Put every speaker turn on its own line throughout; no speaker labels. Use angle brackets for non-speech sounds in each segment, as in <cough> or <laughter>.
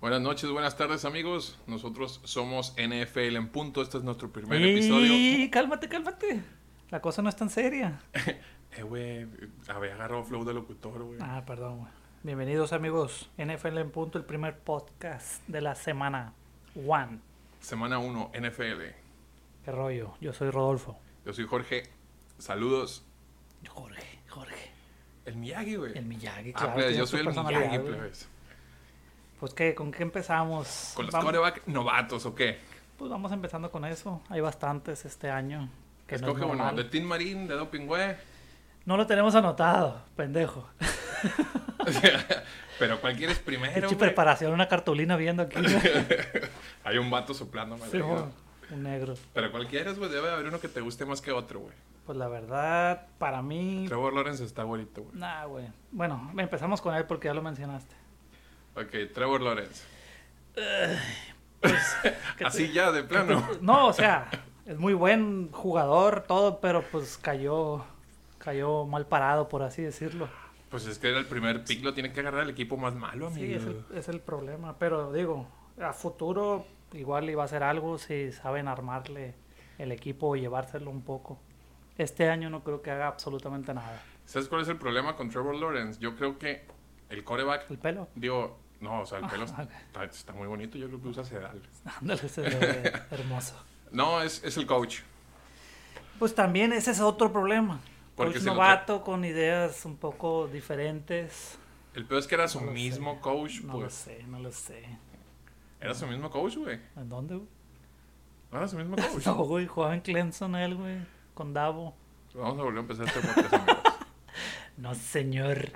Buenas noches, buenas tardes amigos. Nosotros somos NFL en punto. Este es nuestro primer episodio.
Cálmate, cálmate. La cosa no es tan seria.
<laughs> eh, güey, había agarrado flow de locutor, güey.
Ah, perdón, güey. Bienvenidos amigos. NFL en punto, el primer podcast de la semana. One.
Semana 1, NFL.
Qué rollo. Yo soy Rodolfo.
Yo soy Jorge. Saludos.
Jorge, Jorge.
El Miyagi, güey.
El Miyagi,
Ah,
claro.
plebes,
tiene
yo
su
soy el
personalidad,
Miyagi, pues.
güey.
plebes.
Pues qué, ¿con qué empezamos?
¿Con los
Vamos-
coreback novatos o qué?
Pues vamos empezando con eso. Hay bastantes este año. Que no, es
Escoge uno.
normal.
De Tim Marín, de Doping,
<laughs>
güey.
no lo tenemos anotado, pendejo.
O sea, Pero cualquiera es primero,
<laughs> Pinche
güey.
preparación, una cartulina viendo aquí. güey.
<laughs> Hay un vato soplándome.
Sí,
güey.
güey. un negro.
Pero cualquiera, güey. Debe haber uno que te guste más que otro, güey.
Pues la verdad, para mí.
Trevor Lawrence está bonito, güey.
Nah, güey. Bueno, empezamos con él porque ya lo mencionaste.
Ok, Trevor Lawrence. <laughs>
¿Qué pues, te-
Así ya, de plano.
No, o sea, es muy buen jugador, todo, pero pues cayó. Cayó mal parado, por así decirlo.
Pues es que era el primer pick, lo tiene que agarrar el equipo más malo,
Sí,
amigo.
es el, es el problema. Pero digo, a futuro igual iba a ser algo si saben armarle el equipo y llevárselo un poco. Este año no creo que haga absolutamente nada.
¿Sabes cuál es el problema con Trevor Lawrence? Yo creo que el coreback,
El pelo, <laughs>
digo, no, o sea, el pelo
Ah, ok.
está, está muy bonito, yo lo uso a sedal.
ándale, ese bebé hermoso.
No, es, es el coach.
Pues también ese es otro problema.
Porque
Coach
se lo
novato con ideas un poco diferentes.
El peor es que era su
No lo
mismo
sé.
coach,
No lo
pues.
sé, no lo sé.
Era su mismo coach, güey.
¿En dónde? güey?
No era su mismo coach.
<laughs> No, güey, jugaba en Clemson él, güey, con Davo.
Vamos a volver a empezar este podcast,
<laughs>
amigos. <laughs>
No, señor.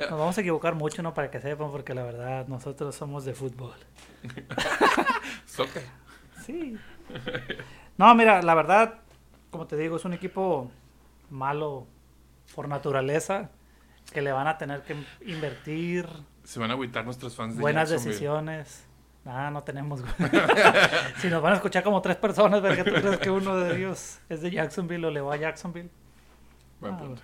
Nos vamos a equivocar mucho, ¿no? Para que sepan, porque la verdad, nosotros somos de fútbol.
Soccer. <laughs>
Sí. No, mira, la verdad, como te digo, es un equipo malo por naturaleza, que le van a tener que invertir
Se van a agüitar nuestros fans de
buenas
Jacksonville.
decisiones. Nada, no tenemos, güey. <laughs> si nos van a escuchar como tres personas, ¿verdad? que tú crees que uno de ellos es de Jacksonville o le va a Jacksonville?
Buen
Ah,
punto.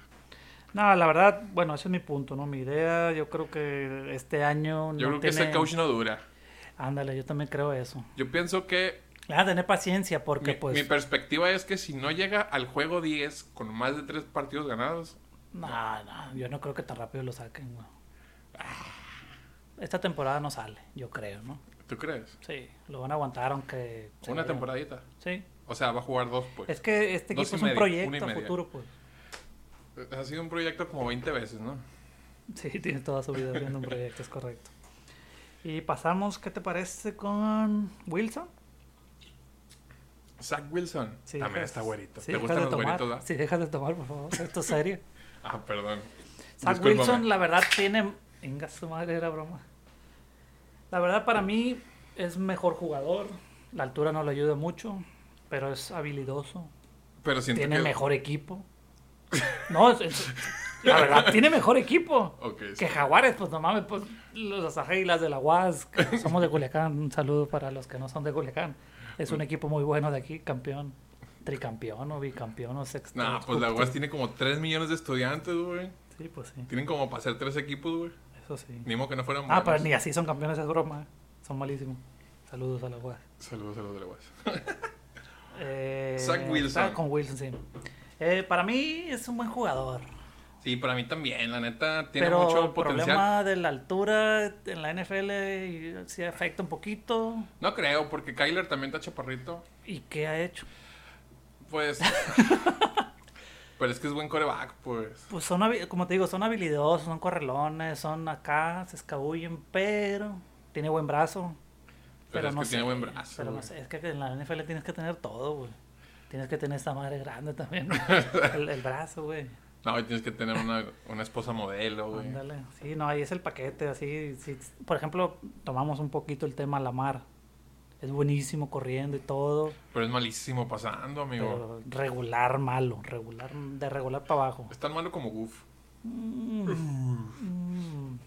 No, la verdad, bueno, ese es mi punto, ¿no? Mi idea, yo creo que este año...
Yo
no
creo que ese
tiene-
coach no dura.
Ándale, yo también creo eso.
Yo pienso que
Le van a tener paciencia porque,
mi,
pues...
mi perspectiva es que si no llega al juego 10 con más de 3 partidos ganados,
No, no, yo no creo que tan rápido lo saquen, güey. Esta temporada no sale, yo creo, ¿no?
¿tú crees?
Sí, lo van a aguantar aunque... se
Una
vayan.
temporadita.
Sí.
O sea, va a jugar dos, pues.
Es que este
Dos
equipo
y
es
media,
un
una y
proyecto a
media.
futuro, pues.
Ha sido un proyecto como 20 veces, ¿no?
<laughs> Sí, tiene toda su vida viendo un proyecto, es correcto. Y pasamos, ¿qué te parece con Wilson?
Zach Wilson
Sí,
también
dejas-
está güerito.
sí,
¿Te
dejas
gustan
de
los
tomar.
güeritos, da?
Sí, dejas de tomar, por favor. Esto
<laughs>
es serio.
Ah, perdón.
Zach
Discúlpame.
Wilson, la verdad, tiene. Venga, su madre era broma. La verdad, para mí es mejor jugador. La altura no le ayuda mucho, pero es habilidoso.
Pero siento
Tiene
que- <laughs>
mejor equipo. No, es- es- la verdad, tiene mejor equipo.
Ok, sí.
Que Jaguares, pues no mames, pues los Águilas de la UAS, que somos de Culiacán, un saludo para los que no son de Culiacán. Es un equipo muy bueno de aquí, campeón, tricampeón o bicampeón o sexto.
Nah, pues la UAS tiene como 3 millones de estudiantes, güey.
Sí, pues sí,
Tienen como para hacer tres equipos, güey.
eso sí.
Ni modo que no fueran
Ah, pero
buenos.
ni así son campeones, es broma. eh. Son malísimos. Saludos a la UAS.
Saludos, saludos de la UAS.
Eh,
Zach Wilson.
estaba Con Wilson, sí. Eh, para mí es un buen jugador.
Sí, para mí también, la neta, tiene
pero
mucho
el
potencial.
problema de la altura en la NFL y- sí afecta un poquito.
No creo, porque Kyler también está chaparrito.
¿Y qué ha hecho? <laughs>
Pues. pero es que es buen coreback, pues.
Pues son, habi- como te digo, son habilidosos, son correlones, son acá, se escabullen, pero tiene buen brazo.
Pero, es
no
que tiene
sé,
buen brazo.
Pero no
güey.
sé, es que en la NFL tienes que tener todo, güey. Tienes que tener esta madre grande
<laughs>
también, güey. el, el brazo, güey.
No, y tienes que tener una, una esposa modelo, güey.
Ándale. Sí, no, ahí es el paquete, así. sí. Por ejemplo, tomamos un poquito el tema Lamar. Es buenísimo corriendo y todo,
Pero es malísimo pasando, amigo.
pero regular malo, regular, de regular para abajo.
Es tan malo como Goof.
Mm.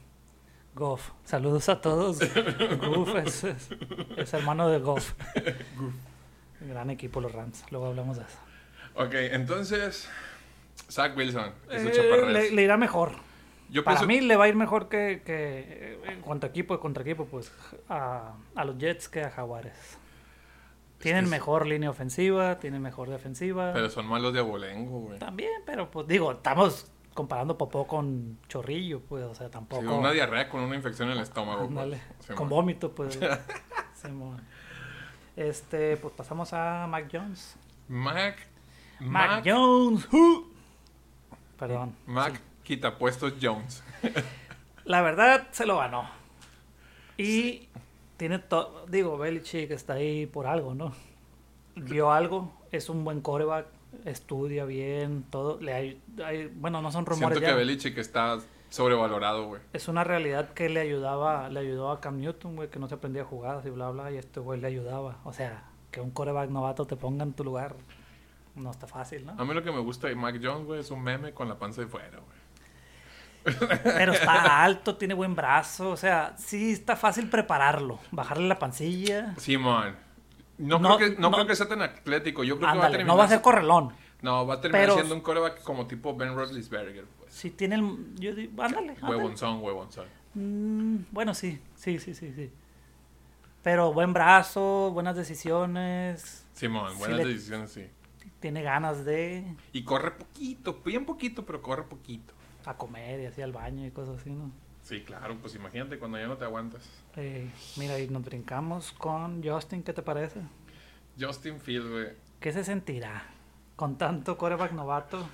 Goff, saludos a todos. Goff es, es- es hermano de Goff. Gran equipo los Rams, luego hablamos de eso.
Ok, entonces. Zach Wilson. Es un
Eh,
chaparrés.
le, le irá mejor.
Yo
Para
pienso-
mí le va a ir mejor que, que eh, en cuanto a equipo, contra equipo, pues a, a los Jets que a Jaguares. Tienen
es-
mejor línea ofensiva, tienen mejor defensiva.
Pero son malos de abolengo, güey.
También, pero pues digo, estamos comparando Popó con Chorrillo, pues, o sea, tampoco.
Sí, una diarrea con una infección en el estómago. pues.
Ándale,
Sí,
con
man.
vómito,
<laughs>
pues. Simón. Este, pues pasamos a Mac Jones.
Mac. Mac.
Mac, Jones, who? Perdón.
Mac Quitapuestos Jones.
La verdad, se lo ganó. Y tiene todo. Digo, Belichick está ahí por algo, ¿no? Vio algo, es un buen coreback, estudia bien, todo. Le hay, hay- bueno, no son rumores
Siento
ya.
que Belichick está sobrevalorado, güey.
Es una realidad que le ayudaba, le ayudó a Cam Newton, güey, que no se aprendía jugadas y bla, bla, y este güey le ayudaba. O sea, que un coreback novato te ponga en tu lugar no está fácil, ¿no?
A mí lo que me gusta de Mac Jones, güey, es un meme con la panza de fuera, güey.
Pero está alto, tiene buen brazo, o sea, sí está fácil prepararlo, bajarle la pancilla.
Pues, Simón. No,
No,
creo, que, no,
no.
creo que sea tan atlético. Yo creo que va a
Ándale,
terminar.
no va a ser correlón.
No, va a terminar
Pero-
siendo un coreback como tipo Ben Roethlisberger, pues.
Si tiene el... Yo digo, ándale. ándale.
Huevonzón, huevonzón.
Mm, bueno, sí, sí, sí, sí, sí. Pero buen brazo, buenas decisiones,
Simón,
Sí
buenas
le-
decisiones, sí.
tiene ganas de
Y corre poquito, bien poquito, pero corre poquito.
a comer y así al baño y cosas así, ¿no?
Sí, claro, pues imagínate cuando ya no te aguantas.
Eh, mira, y nos brincamos con Justin, ¿qué te parece?
Justin Fields, güey. <laughs>
¿Qué se sentirá con tanto coreback novato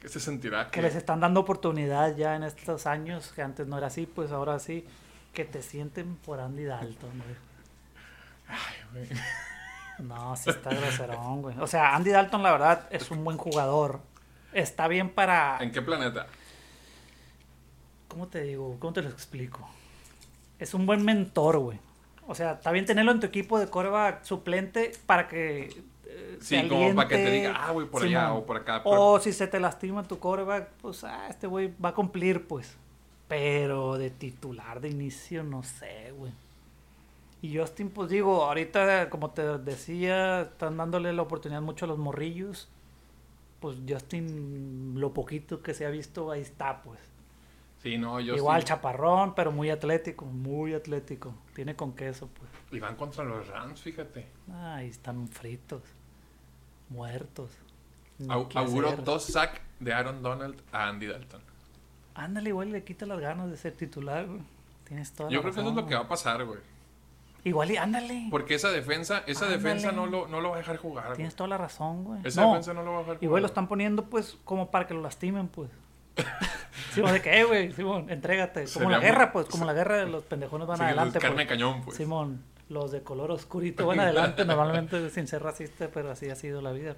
¿Qué se sentirá?
que les están dando oportunidad ya en estos años, que antes no era así, pues ahora sí, que te sienten por Andy Dalton, güey?
güey.
No, sí está groserón, güey. O sea, Andy Dalton, la verdad, es un buen jugador. Está bien para.
¿En qué planeta?
¿Cómo te digo? ¿Cómo te lo explico? Es un buen mentor, güey. O sea, está bien tenerlo en tu equipo de corva suplente para que. eh,
Sí,
te
como para que te
aliente.
diga, ah, güey, por allá o por acá,
O
pero-
si se te lastima tu coreback, pues, ah, este güey va a cumplir, pues. Pero de titular de inicio, no sé, güey. Y Justin, pues digo, ahorita, como te decía, están dándole la oportunidad mucho a los morrillos. Pues Justin, lo poquito que se ha visto, ahí está, pues.
Sí, no, Justin.
Igual chaparrón, pero muy atlético, muy atlético. Tiene con queso, pues.
Y van contra los Rams, fíjate.
Ahí están fritos, muertos. Ni
Au-
qué
Auguro
hacer.
dos sack de Aaron Donald a Andy Dalton.
Ándale, igual le quita las ganas de ser titular, güey. Tienes toda
Yo creo
la
que eso es
razón,
lo que va
güey.
a pasar, güey.
Igual y ándale.
Porque esa defensa, esa
Ándale.
defensa no lo, no lo va a dejar jugar. güey.
Tienes toda la razón, güey.
Esa
No,
defensa no lo va a dejar jugar.
Igual lo están poniendo, pues, como para que lo lastimen,
<laughs>
pues. Simón, ¿de qué, güey? Simón, entrégate. Como
Sería
la
muy- <laughs>
guerra, pues. Como la guerra de los pendejones van
Sí,
adelante,
es carne
pues.
de cañón, pues.
Simón, los de color oscurito van adelante, normalmente sin ser racista, pero así ha sido la vida.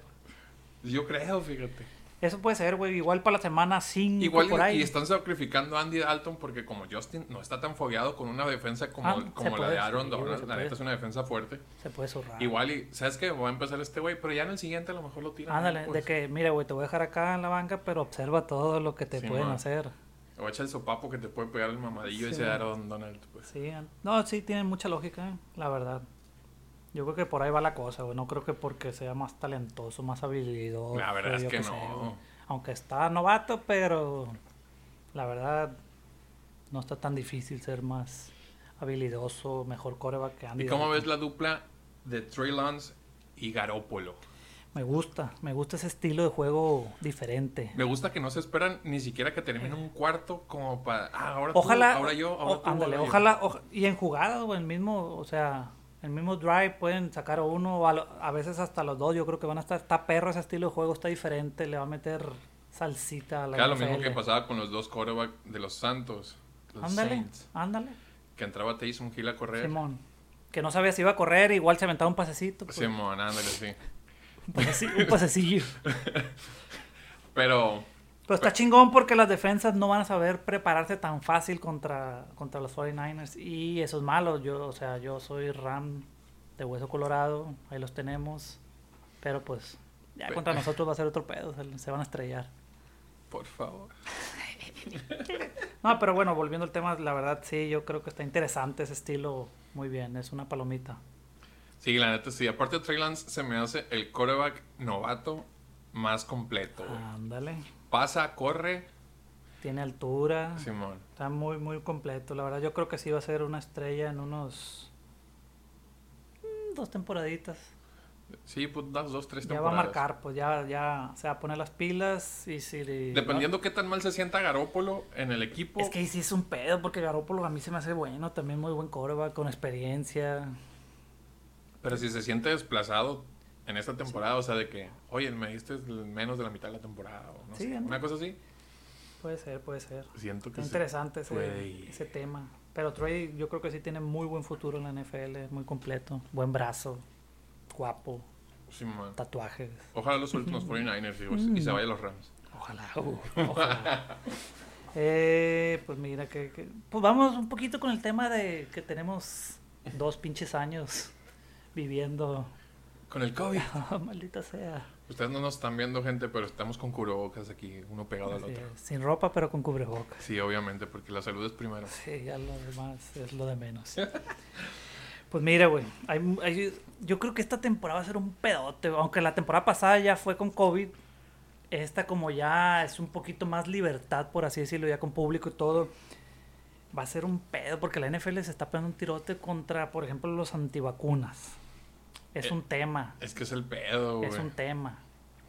pues.
Yo creo, fíjate.
Eso puede ser, güey, igual para la semana 5
Igual
por
y-
ahí.
y están sacrificando a Andy Dalton porque como Justin no está tan fogueado con una defensa como,
Ah, se
como la
puede,
de Aaron
sí,
Donald,
se
la
puede. Ah.
neta es una defensa fuerte.
Se puede zurrar.
Igual y, ¿sabes qué? Va a empezar este güey, pero ya en el siguiente a lo mejor lo tiran.
Ándale,
pues.
de que, mira, güey, te voy a dejar acá en la banca, pero observa todo lo que te
Sí,
pueden
man.
hacer.
O echa el sopapo que te puede pegar el mamadillo
Sí,
ese de
man.
Aaron Donald, pues.
Sí, an- no, sí, tienen mucha lógica, eh, la verdad. Yo creo que por ahí va la cosa, güey. No creo que porque sea más talentoso, más habilidoso.
La verdad es
yo
que
qué
no.
güey. Aunque está novato, pero la verdad no está tan difícil ser más habilidoso, mejor coreback que Andy.
¿Y cómo
Dalton.
ves la dupla de Trey Lance y Garópolo?
Me gusta, me gusta ese estilo de juego diferente.
Me gusta que no se esperan ni siquiera que termine un cuarto como para... Ah, ahora tú,
Eh. Ojalá,
ahora yo, ahora
o-
tú,
ándale,
ahora yo.
ojalá, oja- y en jugadas, o el mismo, o sea, el mismo drive pueden sacar a uno, o a, lo- a veces hasta los dos, yo creo que van a estar, está perro ese estilo de juego, está diferente, le va a meter salsita a la
Que era lo mismo
NFL.
que pasaba con los dos quarterbacks de los Santos, los
Ándale,
Saints,
ándale,
que entraba Taysom Hill a correr. Simón,
Simón, que no sabía si iba a correr, igual se aventaba un pasecito, pues,
ándale, sí.
un, paseci- un pasecillo.
Pero
Pero está chingón porque las defensas no van a saber prepararse tan fácil contra, contra los 49ers. Y eso es malo. Yo, o sea, yo soy Ram de Hueso Colorado. Ahí los tenemos. Pero pues, ya
Pe-
contra nosotros va a ser otro pedo. se- se van a estrellar.
Por favor.
No, pero bueno, volviendo al tema, la verdad sí, yo creo que está interesante ese estilo. Muy bien, es una palomita.
Sí, la neta, sí. Aparte, Trey Lance se me hace el
Ah.
coreback novato más completo. güey.
Ándale.
Pasa, corre.
Tiene altura.
Simón.
Está muy, muy completo. La verdad, yo creo que sí va a ser una estrella en unos. mm, dos temporaditas.
Sí, pues das dos, tres
Ya va a
temporadas.
marcar, pues ya, ya se va a poner las pilas y si.
Dependiendo qué tan mal se sienta Garópolo en el equipo.
Es que ahí sí es un pedo, porque Garoppolo a mí se me hace bueno, también muy buen coreback, con experiencia.
Pero si se siente desplazado en esta temporada, o sea, de que, oye, me diste menos de la mitad de la temporada, o no
Sí,
sé,
anda.
una cosa así,
Puede ser, puede ser.
siento que
Está
se
interesante
puede
ese,
ir.
ese tema. Pero Troy yo creo que sí tiene muy buen futuro en la NFL, es muy completo, buen brazo, guapo,
Simón.
tatuajes.
Ojalá los últimos 49ers digo, y
Mm.
se vayan los Rams.
Ojalá, uh, <laughs> ojalá. Eh, pues mira, que, que- pues vamos un poquito con el tema de que tenemos dos pinches años viviendo.
Con el COVID.
<laughs> Maldita sea.
Ustedes no nos están viendo, gente, pero estamos con cubrebocas aquí, uno pegado al
Así
otro.
es, Sin ropa, pero con cubrebocas.
Sí, obviamente, porque la salud es primero.
Sí, ya lo demás es lo de
<laughs>
menos. Pues mira, güey, hay- hay- yo creo que esta temporada va a ser un pedote, aunque la temporada pasada ya fue con COVID, esta como ya es un poquito más libertad, por así decirlo, ya con público y todo, va a ser un pedo porque la NFL se está pegando un tirote contra, por ejemplo, los antivacunas. Es
Eh,
un tema,
Es que es el pedo, güey.
es un tema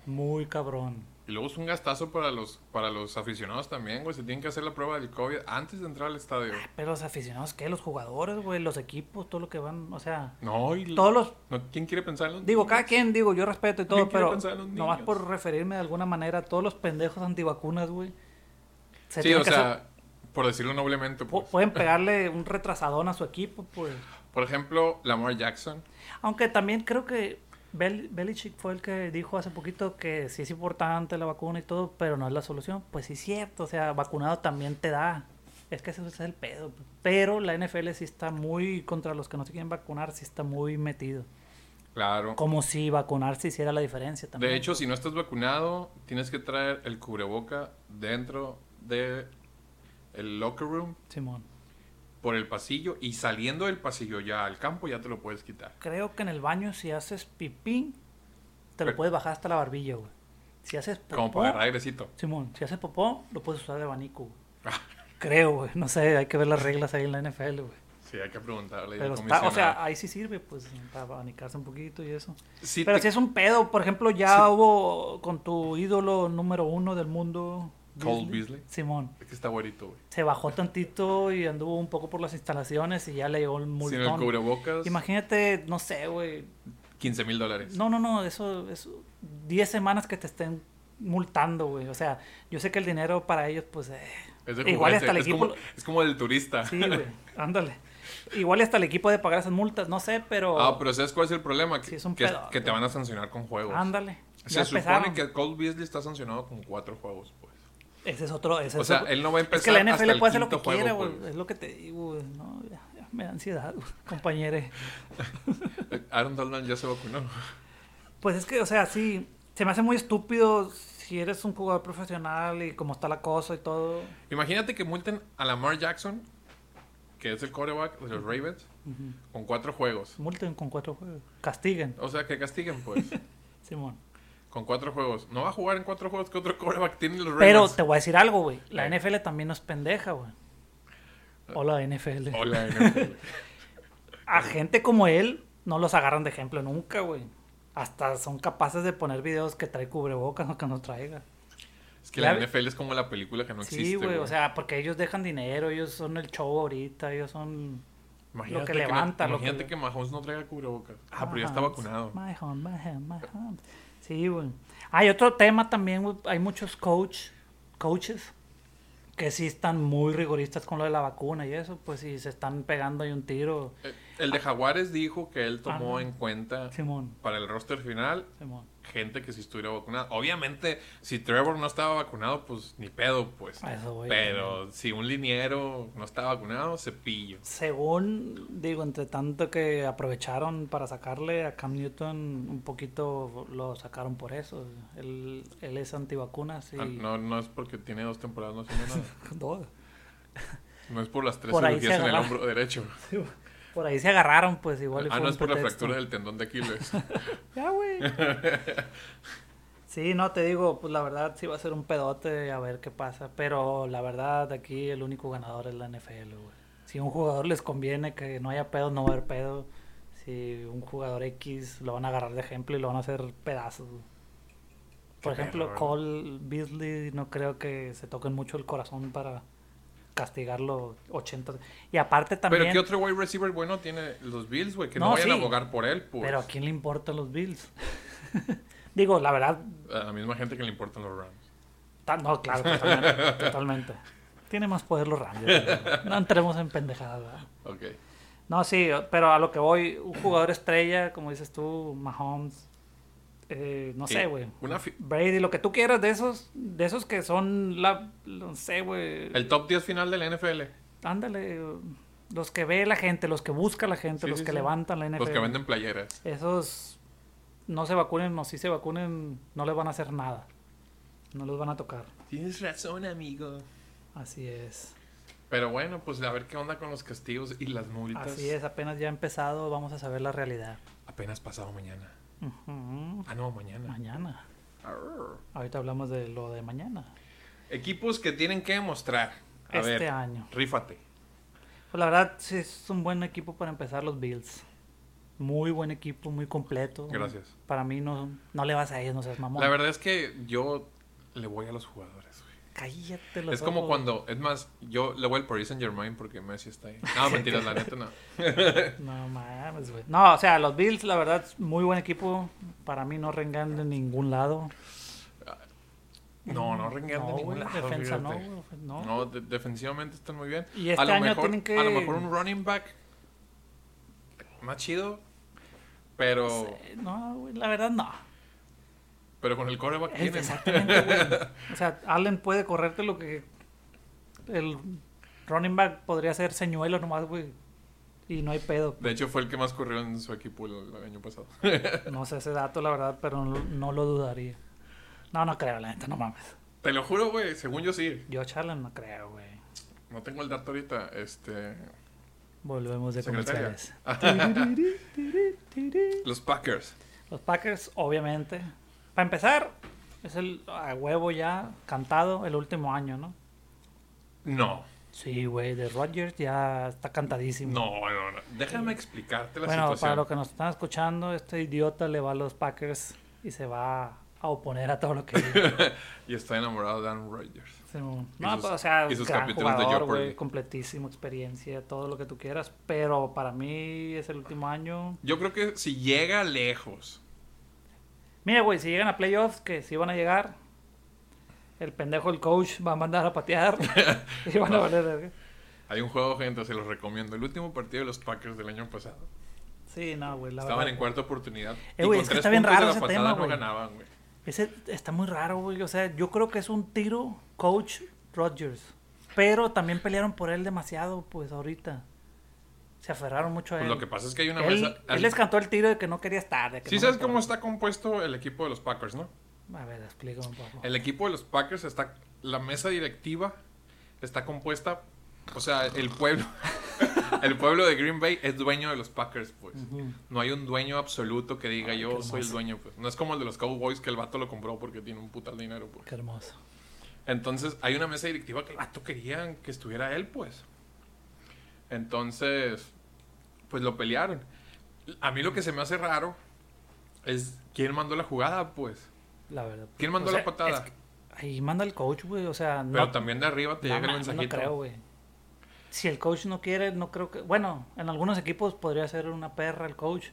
muy cabrón.
Y luego es un gastazo para los, para los aficionados también, güey. Se tienen que hacer la prueba del COVID antes de entrar al estadio.
Pero los aficionados, ¿qué? Los jugadores, güey, los equipos, todo lo que van, o sea,
No, y
todos los
no, ¿quién quiere pensar en los
Digo,
niños?
cada quien, digo, yo respeto y
Yo
todo,
quiero
pero
pensar en los
nomás
niños.
por referirme de alguna manera a todos los pendejos antivacunas, güey. se
Sí,
tienen
o
que
sea,
hacer-
por decirlo noblemente,
pu-
pues.
pueden pegarle un retrasadón a su equipo, pues.
Por ejemplo, Lamar Jackson.
Aunque también creo que Bel Belichick fue el que dijo hace poquito que sí es importante la vacuna y todo, pero no es la solución. Pues sí es cierto, o sea, vacunado también te da. Es que ese es el pedo. pues. Pero la NFL sí está muy contra los que no se quieren vacunar, sí está muy metido.
Claro.
Como si vacunarse hiciera la diferencia también.
De hecho, si no estás vacunado, tienes que traer el cubreboca dentro de el locker room
Simón.
por el pasillo y saliendo del pasillo ya al campo ya te lo puedes quitar.
Creo que en el baño si haces pipí, te lo
Pero-
puedes bajar hasta la barbilla, güey. Si haces
Como
popó,
para agarrar airecito.
Simón, si haces popó, lo puedes usar de abanico, güey.
Ah.
Creo, güey. No sé, hay que ver las reglas ahí en la NFL, güey.
Sí, hay que preguntarle.
Pero
al
está, o sea,
comisionado.
ahí sí sirve, pues, para abanicarse un poquito y eso.
Sí
Pero
te-
si es un pedo, por ejemplo, ya
Sí.
hubo con tu ídolo número uno del mundo.
Cole Beasley.
Simón.
es que está bonito, güey.
Se bajó tantito y anduvo un poco por las instalaciones y ya le llegó el
Sin el
multón.
cubrebocas,
Imagínate, no sé, güey,
15 mil dólares.
No, no, no, eso es 10 semanas que te estén multando, güey. O sea, yo sé que el dinero para ellos, pues... eh,
Es de
igual
juguete,
hasta el
es
equipo...
Como, es como el turista.
Sí, güey, ándale. Igual y hasta el equipo de pagar esas multas, no sé, pero...
Ah, pero ¿sabes cuál es el problema? Que,
Sí, es un
que,
pedote.
que te van a sancionar con juegos.
Ándale.
Se
ya
supone
empezaron.
que Cole Beasley está sancionado con cuatro juegos, pues.
Ese es otro... ese
O
es
sea,
otro-
él no va a
Es que
empezar
la
hasta
NFL
el
puede hacer lo que
quinto juego,
quiera, güey.
pues.
Es lo que te digo, güey. No, ya, ya me da ansiedad, güey, compañeros.
pues. Eh, Aaron Donald ya se vacunó.
Pues es que, o sea, sí, se me hace muy estúpido si eres un jugador profesional y como está la cosa y todo.
Imagínate que multen a Lamar Jackson, que es el quarterback de los Ravens,
Ujú.
con cuatro juegos.
Multen con cuatro juegos. Castiguen,
O sea, que castiguen,
<laughs>
pues.
Simón.
con cuatro juegos. No va a jugar en cuatro juegos que otro quarterback tiene los
Pero
Ravens.
te voy a decir algo, güey. La
Eh.
NFL también no es pendeja, güey. Hola, NFL.
Hola,
<laughs>
NFL.
A gente como él no los agarran de ejemplo nunca, güey. Hasta son capaces de poner videos que trae cubrebocas o que no traiga.
Es que la
La-
NFL es como la película que no existe.
sí, güey. O sea, porque ellos dejan dinero, ellos son el show ahorita, ellos son. lo que
no-
levanta, lo
imagínate
que-
que... Mahomes no traiga cubrebocas. Ah, pero ya está
Mahomes,
vacunado.
Mahomes, Mahomes, Mahomes. Sí, güey. Hay otro tema también, güey. Hay muchos coach, coaches que sí están muy rigoristas con lo de la vacuna y eso, pues si se están pegando ahí un tiro.
Eh, El de Jaguares dijo que él tomó en cuenta
Simón,
para el roster final
Simón.
gente que si estuviera vacunada. Obviamente, si Trevor no estaba vacunado, pues ni pedo, pues.
A eso voy,
Pero si un liniero no está vacunado, cepillo.
Según, digo, entre tanto que aprovecharon para sacarle a Cam Newton, un poquito lo sacaron por eso. Él, él es antivacunas y...
Ah,
<laughs>
No, no es porque tiene dos temporadas, no haciendo nada.
No.
No es por las tres
Por ahí
cirugías
se
en el
agarra-
hombro derecho.
Sí, güey. por ahí se agarraron, pues igual. y
Ah,
fue
no
un
es por la
<laughs> pretexto.
fractura del tendón de Aquiles.
Ya, güey. Sí, no, te digo, pues la verdad sí va a ser un pedote a ver qué pasa. Pero la verdad, aquí el único ganador es la NFL, güey. Si a un jugador les conviene que no haya pedo, no va a haber pedo. Si un jugador X lo van a agarrar de ejemplo y lo van a hacer pedazos. güey. Por
Qué
ejemplo,
pena,
Cole Beasley no creo que se toquen mucho el corazón para castigarlo 80. Y aparte también,
Pero ¿qué
pero,
otro wide receiver bueno tiene los Bills, güey? Que no,
No,
vayan a
sí.
abogar por él, pues.
¿a quién le importan los Bills? <laughs> digo, la verdad,
A la misma gente que le importan los Rams.
Ta- No, claro, totalmente.
<laughs>
totalmente. Tiene más poder los Rams. yo creo. No entremos en pendejadas. ¿verdad?
Ok.
No, sí, pero a lo que voy, un jugador estrella, como dices tú, Mahomes, eh, no sé,
Eh,
güey.
una fi-
Brady, lo que tú quieras de esos, de esos que son la, no sé, güey.
El top 10 final del NFL.
Ándale, los que ve la gente, los que busca la gente,
Sí,
los
sí,
que
sí.
levantan la NFL.
Los que venden playeras.
Esos no se vacunen, o si se vacunen, no les van a hacer nada. No los van a tocar.
Tienes razón, amigo.
Así es.
Pero bueno, pues a ver qué onda con los castigos y las multas.
Así es, apenas ya ha empezado, vamos a saber la realidad.
Apenas pasado mañana.
Ujú.
Ah, no, mañana.
Mañana.
Arr.
Ahorita hablamos de lo de mañana.
Equipos que tienen que demostrar. A
este
ver,
año.
rífate.
Pues la verdad, sí, es un buen equipo para empezar los Bills. Muy buen equipo, muy completo.
Gracias.
Para mí no, no le vas a ellos, no seas mamón.
La verdad es que yo le voy a los jugadores, güey.
Cállate los
es como
ojos.
cuando, es más, yo le voy al Paris Saint Germain porque Messi está ahí.
<laughs>
No, mentiras, la neta no.
No mames, güey. No, o sea, los Bills, la verdad, es muy buen equipo. Para mí no rengan de ningún lado.
No, no renguean de
No,
ningún
güey,
lado.
defensa no,
fíjate.
güey, no.
No, de- defensivamente están muy bien.
Y este
a lo
año
mejor,
tienen que-
A lo mejor un running back más chido, pero,
Eh, No, güey, la verdad no.
pero con el coreback
Es-
tienen. <laughs>
Exactamente, güey. O sea, Allen puede correrte lo que. El running back podría ser señuelo nomás, güey. Y no hay pedo.
De hecho, fue el que más corrió en su equipo el, el año pasado. <laughs>
No sé ese dato, la verdad, pero no, no lo dudaría. No, no creo, la neta, no mames.
Te lo juro, güey, según yo sí.
Yo, Allen no creo, güey.
No tengo el dato ahorita. Este,
Volvemos de
Secretaria.
comerciales.
<laughs> los Packers.
Los Packers, obviamente. Para empezar, es el a huevo ya cantado el último año, ¿no?
No,
Sí, güey, de Rodgers ya está cantadísimo.
no, no, no. Déjame explicarte la
Bueno,
situación.
para los que nos están escuchando, este idiota le va a los Packers y se va a oponer a todo lo que diga.
Y está enamorado de Dan Rodgers.
Simón.
<laughs> Y
no,
sus-
pues, o sea,
y sus
gran
capítulos de
jugador,
Jeopardy.
güey, completísimo, experiencia, todo lo que tú quieras, pero para mí es el último año.
Yo creo que si llega lejos,
<laughs> Mira, güey, si llegan a playoffs, que sí van a llegar, el pendejo, el coach, va a mandar
<laughs>
a patear <laughs> y van a valer. verga.
hay un juego, gente, se los recomiendo. El último partido de los Packers del año pasado.
Sí, no, güey, la
Estaban
verdad.
en cuarta oportunidad.
Eh, güey, es que está bien
puntos
raro
de la
ese
patada
tema,
no
güey.
ganaban, güey. Pues
Ese está muy raro, güey. O sea, yo creo que es un tiro coach Rodgers. Pero también pelearon por él demasiado, pues ahorita. Se aferraron mucho a
Pues
él.
lo que pasa es que hay una
él,
mesa.
él les cantó el tiro de que no quería estar. De que
Sí,
no
sabes
me
cómo
importa.
está compuesto el equipo de los Packers, ¿no?
A ver, explícame un poco.
El equipo de los Packers está. La mesa directiva está compuesta. O sea, el pueblo. <laughs> el pueblo de Green Bay es dueño de los Packers, pues. No hay un dueño absoluto que diga
Ay, qué
yo soy el
hermoso.
dueño, pues. No es como el de los Cowboys que el vato lo compró porque tiene un putal dinero, pues.
Qué hermoso.
Entonces, hay una mesa directiva que el vato querían que estuviera él, pues. Entonces, pues lo pelearon. A mí lo que se me hace raro es quién mandó la jugada, pues.
La verdad.
¿Quién mandó
O sea,
la patada?
es que- ahí manda el coach, güey. O sea, no.
Pero también de arriba te
no,
llega el
mames, no
mensajito.
creo, güey. Si el coach no quiere, no creo que. Bueno, en algunos equipos podría ser una perra el coach.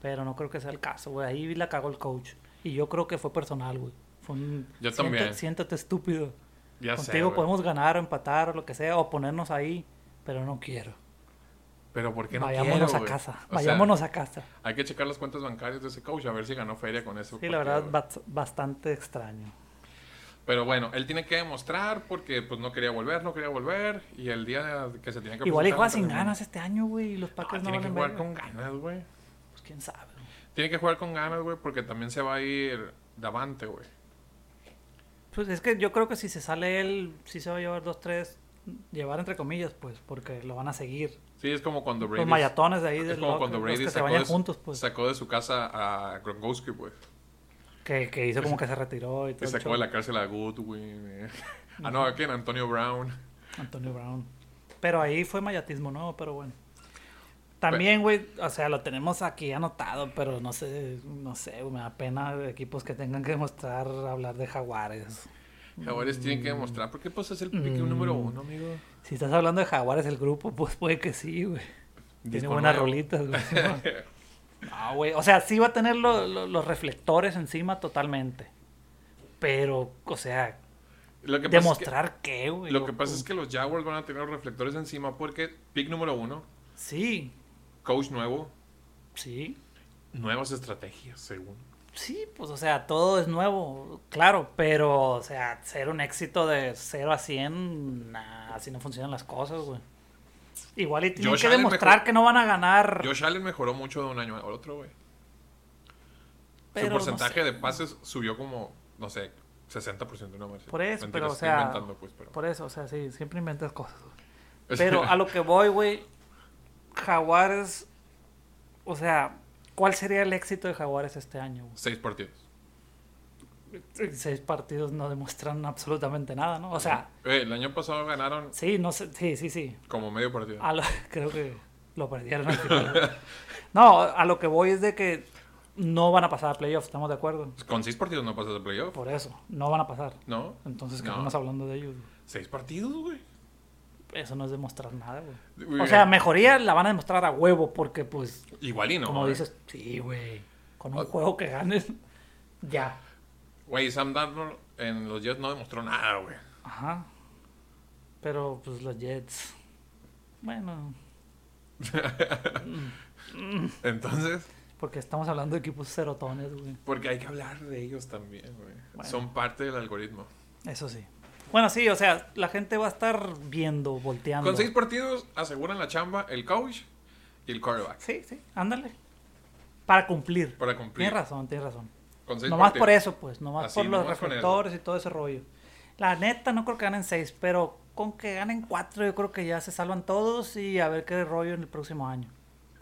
Pero no creo que sea el caso, güey. Ahí la cagó el coach. Y yo creo que fue personal, güey. Fue un.
Yo
"Siéntate-
también.
Siéntate estúpido.
ya sé,
Contigo
güey.
podemos ganar o empatar o lo que sea. O ponernos ahí. Pero no quiero.
Pero ¿por qué no
Vayámonos
quiero,
a
güey?
casa.
O sea,
Vayámonos a casa.
hay que checar las cuentas bancarias de ese coach a ver si ganó feria con eso.
Sí, la verdad, bast- bastante extraño.
Pero bueno, él tiene que demostrar porque pues no quería volver, no quería volver. Y el día que se tenía que
Igual y
presentar,
juega sin
terminó.
ganas este año, güey. Y los
No,
Packers no,
Ah, tiene
van
que
a
jugar con ganas, güey.
Pues quién sabe. güey.
Tiene que jugar con ganas, güey, porque también se va a ir Davante, güey.
Pues es que yo creo que si se sale él, sí se va a llevar dos, tres, llevar entre comillas, pues, porque lo van a seguir.
Sí, es como cuando Brady.
Los mayatones de ahí,
es
del
como
locker,
cuando
los
Brady
que se
sacó,
bañan
de su,
juntos, pues.
sacó de su casa a Gronkowski, pues.
Que, que hizo como que
<laughs>
se retiró y todo.
Que
el
sacó
show.
de la cárcel a Goodwin. eh. <laughs> Ah, no, ¿a quién? Antonio Brown.
Antonio Brown. Pero ahí fue mayatismo nuevo, pero bueno. También, güey, o sea, lo tenemos aquí anotado, pero no sé, no sé, güey, me da pena de equipos que tengan que mostrar, hablar de jaguares.
Jaguares tienen que demostrar. Porque pues es el pique
Mm.
número uno,
<laughs>
amigo.
Si estás hablando de jaguares el grupo, pues puede que sí, güey. Tiene
Disco
buenas
nuevo.
rolitas, güey.
<laughs>
No, güey, o sea, sí va a tener lo- lo- los reflectores encima totalmente. Pero, o sea,
Lo que pasa es que-
demostrar qué, güey.
Lo que pasa es que los Jaguars van a tener los reflectores encima porque pick número uno,
Sí,
coach nuevo,
sí.
nuevas estrategias, según.
Sí, pues, o sea, todo es nuevo, claro, pero, o sea, ser un éxito de 0 a 100, nah, así no funcionan las cosas, güey. Igual y tienen
Josh
que
Allen
demostrar
mejor-
que no van a ganar.
Josh Allen mejoró mucho de un año al otro, güey.
pero
Su
no
porcentaje
sé.
de pases subió como, no sé, 60% de una marcha.
Por eso,
Mentira,
pero, o
estoy
sea,
inventando, pues, pero- <laughs>
Por eso, o sea, sí, siempre inventas cosas, güey.
Es-
Pero a lo que voy, güey, Jaguares, o sea, ¿cuál sería el éxito de Jaguares este año? güey?
Seis partidos.
Seis partidos no demuestran absolutamente nada, ¿no? O sea,
Eh, el año pasado ganaron
sí, no sé, sí, sí, sí,
como medio partido.
A lo- <laughs> creo que lo perdieron. al final. no, a lo que voy es de que no van a pasar a playoffs, estamos de acuerdo.
Con seis partidos no pasas de playoff,
Por eso, no van a pasar.
¿no?
Entonces, ¿qué
No.
estamos hablando de ellos?
Seis partidos, güey.
Eso no es demostrar nada, güey.
Güey,
O sea, mejoría la van a demostrar a huevo, porque, pues,
Igual y no.
como
güey.
dices, sí, güey, con un
O-
juego que ganes, ya.
Güey, Sam Darnold en los Jets no demostró nada, güey.
Ajá. Pero, pues, los Jets. Bueno, Mm.
Entonces...
porque estamos hablando de equipos serotones, güey.
Porque hay que hablar de ellos también, güey.
Bueno.
Son parte del algoritmo.
Eso sí. Bueno, sí, o sea, la gente va a estar viendo, volteando.
Con seis partidos aseguran la chamba el coach y el quarterback.
Sí, sí, ándale. Para cumplir.
Para cumplir.
Tienes razón, tienes razón.
Con seis
Nomás
partidos.
por eso, pues. Nomás
Así,
por los
nomás con eso.
reflectores y todo ese rollo. La neta, no creo que ganen seis, pero con que ganen cuatro, yo creo que ya se salvan todos y a ver qué rollo en el próximo año.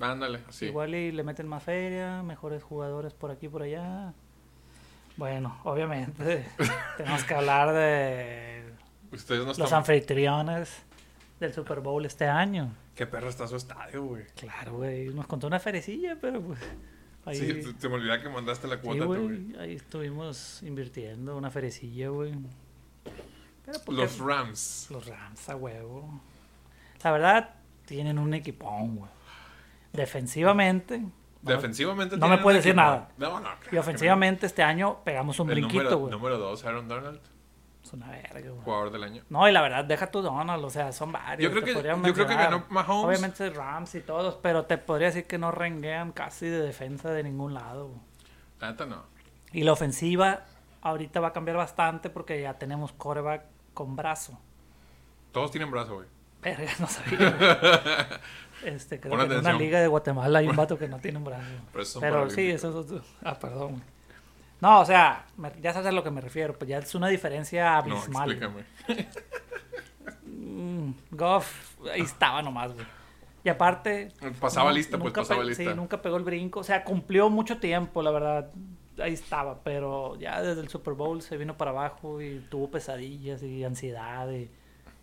Ándale, así.
Igual y le meten más feria, mejores jugadores por aquí y por allá. Bueno,
<laughs>
obviamente, tenemos que hablar de
Ustedes no
los
están.
anfitriones del Super Bowl este año.
Qué perro está su estadio, güey.
Claro, güey. Nos contó una ferecilla, pero pues. Ahí,
Sí, se- se me olvidaba que mandaste la
sí,
cuota, tú, güey.
güey, ahí estuvimos invirtiendo una ferecilla, güey. Pero porque
Los Rams.
los Rams a huevo. La verdad, tienen un equipón, güey. Defensivamente. no me-
Defensivamente.
no
tienen
me puede
un
decir
equipo.
nada.
No, no. claro
Y
que
ofensivamente este año pegamos
no.
un
El
brinquito,
número-
güey.
Número dos, Aaron Donald,
Es una verga, güey.
jugador del año.
No, y la verdad, deja tu Donald, o sea, son varios.
Yo creo
te
que-
podría
yo creo que
mencionar.
ganó Mahomes.
Obviamente Rams y todos, pero te podría decir que no renguean casi de defensa de ningún lado. güey.
La neta no.
Y la ofensiva ahorita va a cambiar bastante porque ya tenemos coreback con brazo.
Todos tienen brazo,
<laughs>
güey.
Verga, no sabía. güey. Este, creo
Pon
que en una
atención.
liga de Guatemala hay un vato que no tiene
<laughs>
un brazo.
Pero esos son
Pero sí,
paralímpicos.
eso es otro. Ah, perdón. güey. No, o sea, me- ya sabes a lo que me refiero. Pues ya es una diferencia
No,
abismal.
explícame.
Mm, Goff, ahí estaba nomás, güey. Y aparte.
Pasaba
nu-
lista, pues
nunca
pasaba
pe-
lista.
Sí, nunca pegó el brinco. O sea, cumplió mucho tiempo, la verdad. Ahí estaba, pero ya desde el Super Bowl se vino para abajo y tuvo pesadillas y ansiedad. Y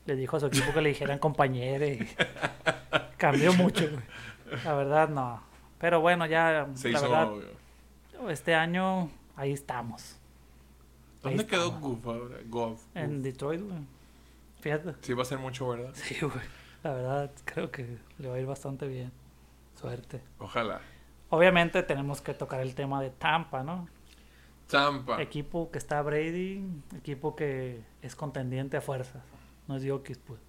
le dijo a su equipo que le dijeran compañero. y
<laughs>
cambió mucho, güey. La verdad, no. Pero bueno, ya.
Se
la
hizo.
verdad,
güey.
este año ahí estamos. Ahí
¿Dónde quedó
estaba.
Goof ahora? Goff.
En Detroit, güey. Fíjate.
Sí, va a ser mucho, ¿verdad?
Sí, güey. La verdad, creo que le va a ir bastante bien. Suerte.
Ojalá.
Obviamente tenemos que tocar el tema de Tampa, ¿no?
Tampa.
Equipo que está Brady, equipo que es contendiente a fuerzas. No es Yokis, pues.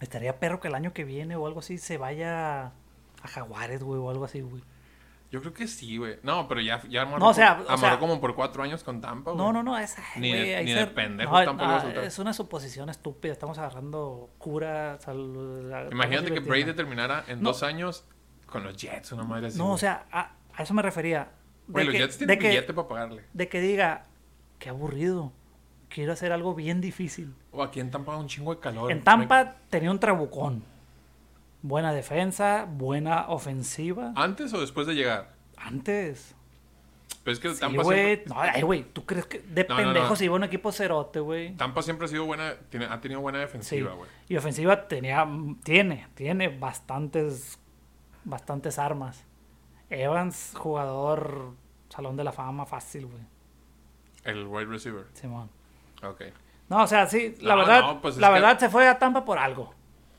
Estaría perro que el año que viene o algo así se vaya a Jaguares, güey, o algo así, güey.
Yo creo que sí, güey. No, pero ya, ya amarró,
No, o sea,
por-
o
amarró
sea-
como por cuatro años con Tampa, Oh, güey.
No, no, no, esa.
Ni de-
güey, ahí
ni de pendejo
no,
tampoco
no,
lo soltaron.
es una suposición estúpida. Estamos agarrando cura. salud- la-
Imagínate que
estamos
Brady
divirtiendo.
terminara en
No.
dos años con los Jets, una madre así.
No, o
güey.
sea, a, a eso me refería. De
Güey, los
que-
Jets
de
tienen
que-
billete para pagarle.
de que diga, qué aburrido, quiero hacer algo bien difícil.
O aquí en Tampa un chingo de calor.
En Tampa tenía un trabucón. Buena
Ah.
defensa, buena ofensiva.
¿Antes o después de llegar?
Antes.
Pero es que
Sí,
Tampa,
güey.
siempre,
No, ay, güey, ¿tú crees que de
No, no, no.
pendejo se iba un equipo cerote, güey?
Tampa siempre ha sido buena, tiene- ha tenido buena
Sí.
defensiva, güey.
Y ofensiva tenía, tiene, tiene bastantes, bastantes armas. Evans, jugador, salón de la fama fácil, güey.
El wide receiver.
Simón.
Ok.
No, o sea, sí, la
No,
verdad,
no, pues es
la
que-
verdad se fue a Tampa por algo.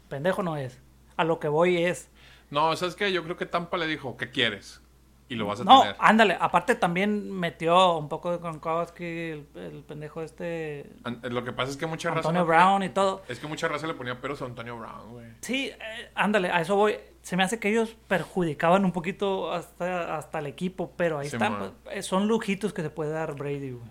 Pendejo no es. A lo que voy es.
No, ¿sabes qué? Yo creo que Tampa le dijo, ¿qué quieres? Y lo vas a
No,
tener.
ándale. Aparte también metió un poco de Gronkowski, el, el pendejo este,
An- eh, Lo que pasa es que mucha raza...
Antonio
no-
Brown y todo.
Es que mucha raza le ponía peros a Antonio Brown, güey.
Sí, eh, ándale, a eso voy. Se me hace que ellos perjudicaban un poquito hasta, hasta el equipo, pero ahí
Sí,
están.
mo.
eh, Son lujitos que se puede dar Brady, güey.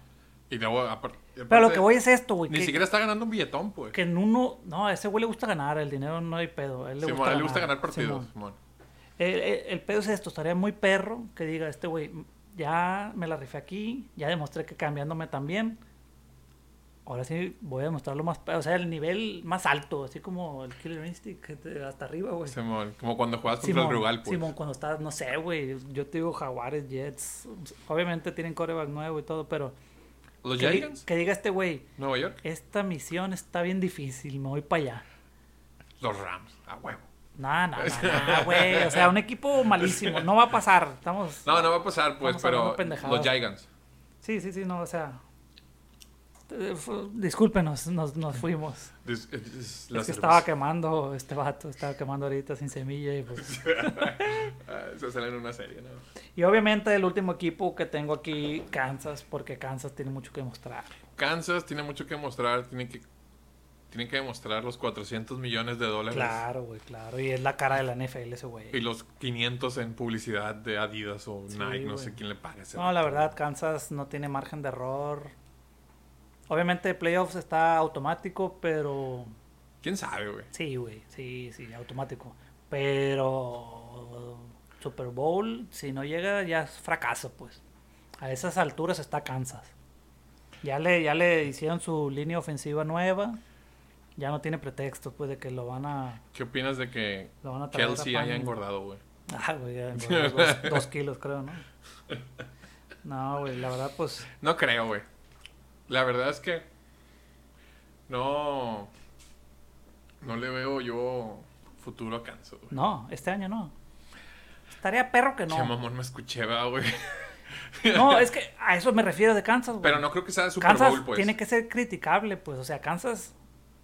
Y luego, aparte...
Pero lo que voy es esto, güey.
Ni
Que,
siquiera está ganando un billetón, pues.
que en uno. No, a ese güey le gusta ganar, el dinero no hay pedo. a él le
Simón,
gusta
a él le gusta ganar
ganar
partidos,
Simón.
Simón.
El, el- el pedo es esto, estaría muy perro que diga este güey, ya me la rifé aquí, ya demostré que cambiándome también. Ahora sí voy a demostrarlo más, pe- o sea, el nivel más alto, así como el Killer Instinct, que te- hasta arriba, güey.
Simón, Como cuando jugabas contra
Simón,
el Rugal, pues.
Simón, cuando estás, no sé, güey, yo te digo Jaguares, Jets, obviamente tienen coreback nuevo y todo, pero
Los
que, di-
Giants,
que diga este güey,
Nueva York.
esta misión está bien difícil, me voy para allá.
Los Rams, a huevo. <laughs>
Nah, nah, nah, nah, güey. O sea, un equipo malísimo. No va a pasar. Estamos.
No, no va a pasar, pues,
Estamos
pero
hablando pendejadas.
los Giants.
Sí, sí, sí, no, o sea. eh, fu- Discúlpenos, nos, <laughs> nos fuimos.
Dis- es- la
Es
cerveza.
que estaba quemando este vato, estaba quemando ahorita sin semilla. Y, pues-
<laughs> Ah, Eso sale en una serie, ¿no?
y obviamente el último equipo que tengo aquí, Kansas, porque Kansas tiene mucho que mostrar.
Kansas tiene mucho que mostrar, tiene que, tiene que demostrar los 400 millones de dólares
Claro, güey, claro. Y es la cara de la NFL ese
y
güey.
los 500 en publicidad de Adidas o
Sí,
Nike, no
güey.
sé quién le paga ese
No, la
vato.
verdad, Kansas no tiene margen de error. Obviamente, playoffs está automático, pero
¿Quién sabe, güey?
Sí, güey, sí, sí, automático. Pero Super Bowl, si no llega, ya es fracaso, pues. A esas alturas está Kansas. Ya le, ya le hicieron su línea ofensiva nueva. Ya no tiene pretexto, pues, de que lo van a,
¿Qué opinas de que
lo van a traer a
Kelsey haya
pan.
engordado, güey?
Ah,
<laughs>
güey, ya engordó dos, dos kilos, creo, ¿no? No, güey, la verdad, pues,
No creo, güey. La verdad es que no no le veo yo futuro a Kansas, güey.
no, este año no. Estaría perro que
Qué
no.
mamón me escuché, ¿verdad, güey. <laughs>
No, es que a eso me refiero de Kansas, güey.
Pero no creo que sea Super
Kansas
Bowl, pues.
tiene que ser criticable, pues. O sea, Kansas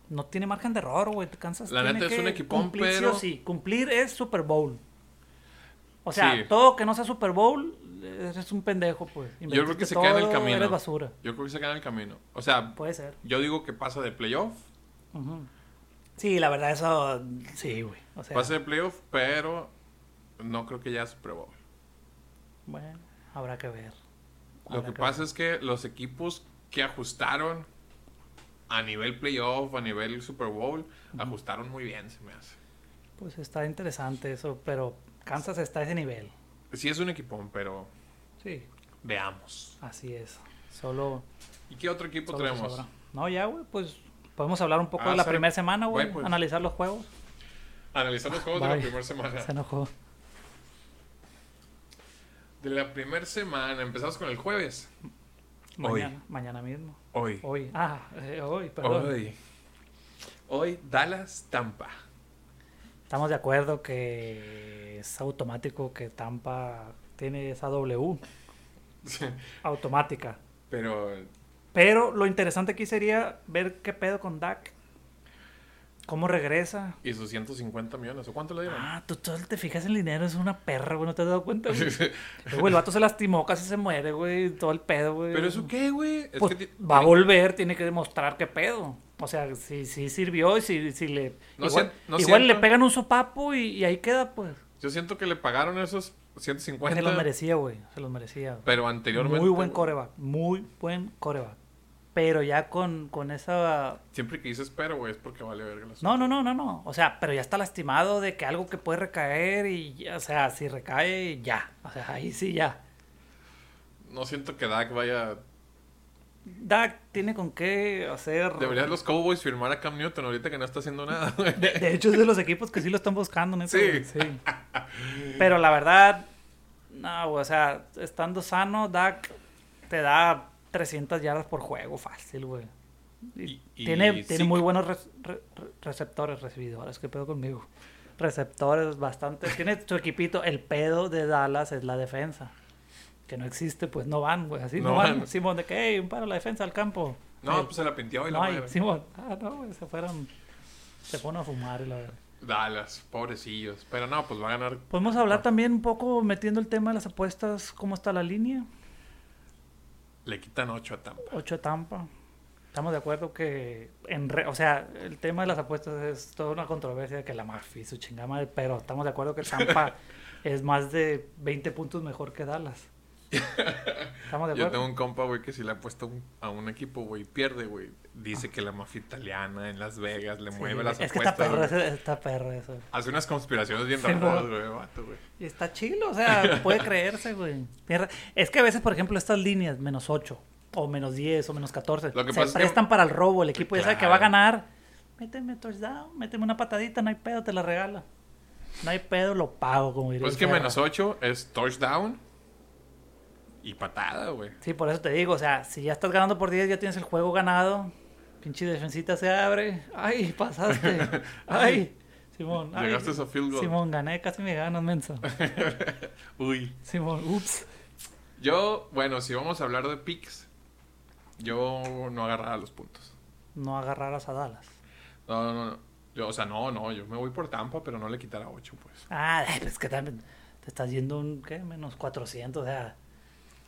no tiene margen de error, güey. Kansas
La
tiene
neta es
que
un equipón,
cumplir sí
pero-
o sí. Cumplir es Super Bowl. O sea,
Sí.
todo que no sea Super Bowl eres un pendejo, pues.
Yo creo que
Inventaste
se queda en el
todo,
camino.
Eres basura.
Yo creo que se queda en el camino. O sea,
Puede ser.
yo digo que pasa de playoff,
Ujú. Sí, la verdad, eso sí, güey. O sea,
pasa de playoff, pero no creo que ya es Super Bowl.
bueno, habrá que ver.
Lo
Habrá
que
ver.
pasa es que los equipos que ajustaron a nivel playoff, a nivel Super Bowl, ajustaron muy bien, se me hace.
Pues está interesante eso, pero Kansas está a ese nivel.
Sí es un equipón, pero
Sí.
veamos.
Así es. Solo.
¿Y qué otro equipo
Solo se
tenemos?
sobra. No, ya, güey, pues podemos hablar un poco
Ah,
de la
se-
primera semana, güey,
güey, pues.
analizar los juegos.
Analizar los juegos de la
Bye.
primera semana.
Se enojó.
De la primera semana, empezamos con el jueves.
Mañana, mañana mismo.
Hoy.
Hoy. Ah, eh, hoy, perdón.
Hoy. Hoy, Dallas Tampa.
Estamos de acuerdo que es automático que Tampa tiene esa W automática.
Pero
Pero lo interesante aquí sería ver qué pedo con Dak. ¿Cómo regresa?
¿Y sus 150 millones? ¿O cuánto le dieron?
Ah, tú todo te fijas en el dinero, es una perra, güey, no te has dado
<laughs>
cuenta, güey. Eh, güey, el vato se lastimó, casi se muere, güey, todo el pedo,
<laughs>
güey.
¿Pero eso qué, güey? Es
Pues,
que ti-
va a volver, tiene que demostrar qué pedo. O sea, si, si sirvió y si, si le.
No
igual
sien- no
igual le
siento-
pegan un sopapo y, y ahí queda, pues.
Yo siento que le pagaron esos
Se los
150.
merecía, güey. Se los merecía.
Pero anteriormente.
Muy buen
güey,
coreback. Muy buen coreback. Pero ya con, con esa.
Siempre que dices pero, güey, es porque vale verga las.
No, no, no, no, no. O sea, pero ya está lastimado de que algo que puede recaer y, ya, o sea, si recae, ya. O sea, ahí sí, ya.
No siento que Dak vaya.
Dak tiene con qué hacer.
Deberían los Cowboys firmar a Cam Newton ahorita que no está haciendo nada, güey.
De, de hecho, es de los equipos que sí lo están buscando, neta,
Sí.
güey, sí. Pero la verdad, No, güey, o sea, estando sano, Dak te da 300 yardas por juego fácil, güey. Y,
Y- y
tiene tiene
sí.
muy buenos re- re- re- receptores, recibidores. ¿Qué pedo conmigo? Receptores bastante. Tiene su equipito. El pedo de Dallas es la defensa. Que no existe, pues no van, güey. Así no,
No
van.
van.
Simón, de que, hey, para la defensa al campo.
No,
Ey,
pues se la penteó y la
no hay.
madre.
Simón, ah, no, güey, se fueron. Se fueron a fumar y la verdad.
Dallas, pobrecillos. Pero no, pues va a ganar.
Podemos hablar también un poco metiendo el tema de las apuestas, cómo está la línea.
Le quitan 8 a Tampa.
8 Tampa. Estamos de acuerdo que, en re- o sea, el tema de las apuestas es toda una controversia de que la mafia y su chingada madre, pero estamos de acuerdo
<laughs>
que Tampa es más de 20 puntos mejor que Dallas. Estamos de
Yo
acuerdo.
tengo un compa, güey, que si le ha puesto un- a un equipo, güey, pierde, güey. Dice que la mafia italiana en Las Vegas le
Sí,
mueve
güey.
las
es que está
apuestas.
perro,
güey.
ese- está perro eso.
Hace unas conspiraciones bien
Sí,
raras,
mo.
güey, vato, güey.
Y está chilo, o sea,
<laughs>
puede creerse, güey. Tiene ra- Es que a veces, por ejemplo, estas líneas, menos 8, o menos 10, o menos 14,
Lo que
se
pasa es que-
prestan para el robo. El equipo ya sabe que va a
Claro.
ganar. Méteme touchdown, méteme una patadita, no hay pedo, te la regala. No hay pedo, lo pago, como diría
Pues
el
que
Ferra.
menos 8 es touchdown y patada, güey. <laughs>
Sí, por eso te digo, o sea, si ya estás ganando por 10, ya tienes el juego ganado. Pinche defensita se abre. Ay, pasaste.
<laughs>
Ay, Simón. ay,
Llegaste a field goal.
Simón, gané, casi me ganas, mensa.
Uy.
Simón, ups.
Yo, bueno, si vamos a hablar de picks, yo no agarraba los puntos.
No agarraras a Dallas.
No, no, no. Yo, o sea, no, no, yo me voy por Tampa, pero no le quitará 8, pues.
Ah, <laughs> es que también te estás yendo un, ¿qué? Menos 400, o sea,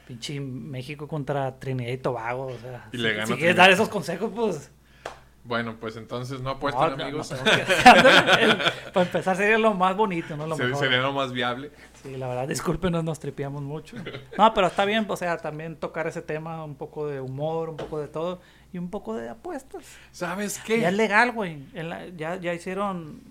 pinche México contra Trinidad y Tobago, o sea.
Y le
si-
gana
si quieres
Trinidad.
dar esos consejos, pues...
Bueno, pues entonces no apuestan,
no, <laughs>
amigos. <laughs>
no, no, que- <laughs> el- para empezar sería lo más bonito, ¿no? Lo
Se-
mejor.
Sería lo más viable.
Sí, la verdad, discúlpenos, nos tripeamos mucho. No, pero está bien, o sea, también tocar ese tema, un poco de humor, un poco de todo, y un poco de apuestas.
¿Sabes qué?
Ya es legal, güey. en la- Ya, ya hicieron...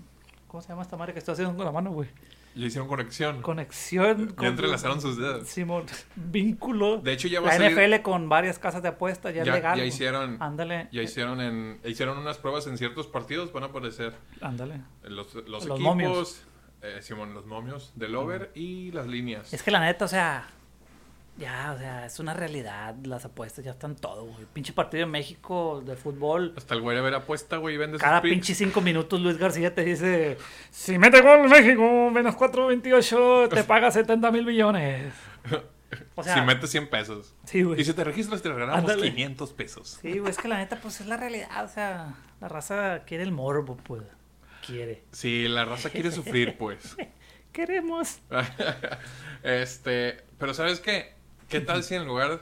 ¿Cómo se llama esta madre que estoy haciendo con la mano, güey?
Le hicieron conexión.
Conexión.
Ya
con-
entrelazaron sus dedos.
Simón, vínculo.
De hecho, ya va
la
a salir-
NFL con varias casas de apuestas ya, es
Ya-
legal.
ya
güey.
hicieron-
Ándale.
Ya hicieron en, hicieron unas pruebas en ciertos partidos, van a aparecer
Ándale.
los, los,
Los
equipos,
momios.
eh, Simón, los momios del over y las líneas.
Es que la neta, o sea. Ya, o sea, es una realidad. Las apuestas ya están todo, güey. Pinche partido en México de fútbol.
Hasta el güey a ver apuesta, güey, y vende sus
Cada
picks.
pinche cinco minutos Luis García te dice: Si mete gol México, menos 4.28,
<laughs>
te paga 70 mil millones. O sea,
si metes 100 pesos.
sí, güey.
Y si te registras, te regalamos
Ándale.
500 pesos.
Sí, güey, es que la neta, pues es la realidad. O sea, la raza quiere el morbo, pues. Quiere.
Si la raza quiere sufrir, pues. <laughs>
Queremos.
este, pero ¿sabes qué? ¿Qué tal si en lugar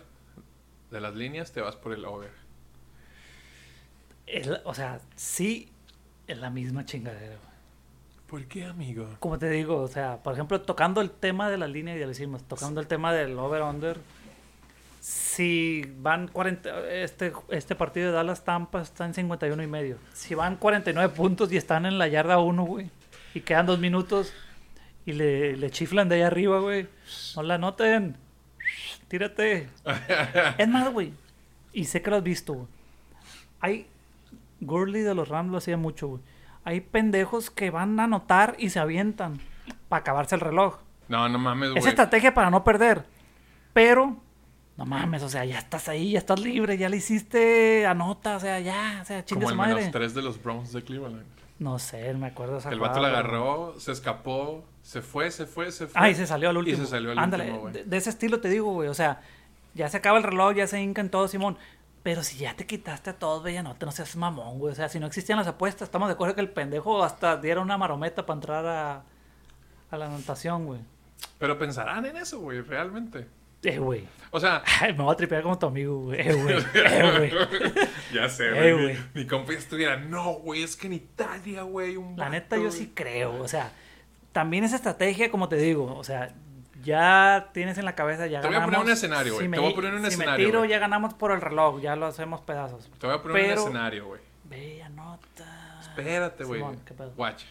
de las líneas te vas por el over?
Es la- o sea, sí es la misma chingadera. güey.
¿Por qué, amigo?
Como te digo, o sea, por ejemplo, tocando el tema de la línea, ya lo hicimos, tocando el tema del over-under, si van 40, este, este partido de Dallas Tampa está en 51 y medio. Si van 49 puntos y están en la yarda 1, güey, y quedan dos minutos y le, le chiflan de ahí arriba, güey, no la noten, tírate. Es más, güey, y sé que lo has visto, güey. Hay. Gurley de los Rams lo hacía mucho, güey. Hay pendejos que van a anotar y se avientan para acabarse el reloj.
No, no mames,
Es
güey.
estrategia para no perder. Pero, no mames, o sea, ya estás ahí, ya estás libre, ya le hiciste anota, o sea, ya, o sea, chingue
Como
su
el
madre.
menos 3 de los Browns de Cleveland.
No sé, me acuerdo esa
El vato la
jugada,
agarró, se escapó, se fue, se fue, se fue.
Ah, y se salió al último.
Y se salió al
Ándale,
último, güey.
de, de ese estilo te digo, güey. O sea, ya se acaba el reloj, ya se hincan todo, Simón. Pero si ya te quitaste a todos, güey, ya no, te- no seas mamón, güey. O sea, si no existían las apuestas, estamos de acuerdo que el pendejo hasta diera una marometa para entrar a, a la anotación, güey.
Pero pensarán en eso, güey, realmente.
Eh, güey.
O sea,
Ay, me voy a tripear como tu amigo, güey.
<laughs>
Eh, güey. Eh, güey.
ya sé,
Eh,
güey.
güey.
Mi compa estuviera, no, güey, es que en Italia, güey, un
La
vato,
neta, yo
güey".
sí creo. O sea, también esa estrategia, como te digo, o sea, ya tienes en la cabeza, ya
Te voy a
ganamos.
poner un escenario, güey.
me-
Te voy a poner un
si me
escenario,
tiro,
güey.
ya ganamos por el reloj, ya lo hacemos pedazos.
Te voy a poner
Pero-
un escenario, güey.
Ve, anota.
Espérate, güey.
Simón, ¿qué pedo?
Guacha.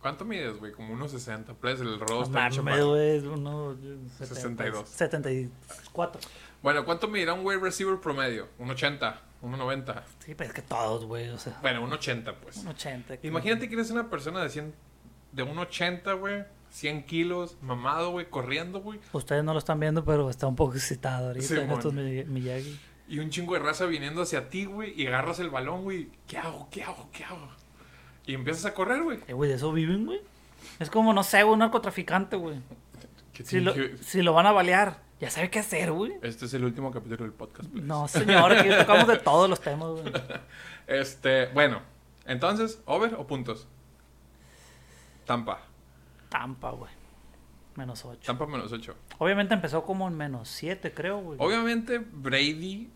¿Cuánto mides, güey? Como unos 60. Pues el rodo
No
está bien
mames,
chaparro.
güey, es uno...
62.
74.
Bueno, ¿cuánto medirá un wide receiver promedio? Un 80, un 90.
Sí, pero es que todos, güey, o sea,
Bueno, un 80, pues.
un 80.
Imagínate que eres una persona de 100, de un 80, güey, 100 kilos, mamado, güey, corriendo, güey.
Ustedes no lo están viendo, pero está un poco excitado ahorita
Sí,
en
mon.
estos Mi- Miyagi.
Y un chingo de raza viniendo hacia ti, güey. Y agarras el balón, güey. ¿Qué hago? ¿Qué hago? ¿Qué hago? Y empiezas a correr, güey.
Eh, güey, de eso viven, güey. Es como, no sé, un narcotraficante, güey.
¿Qué
Si
tiene
lo,
que-
si lo van a balear, ya sabe qué hacer, güey.
Este es el último capítulo del podcast. pues. please.
No, señor, aquí tocamos de todos los temas, güey.
<laughs> Este, bueno. Entonces, ¿over o puntos? Tampa.
Tampa, güey. Menos 8.
Tampa menos 8.
Obviamente empezó como en menos 7, creo, güey.
Obviamente, Brady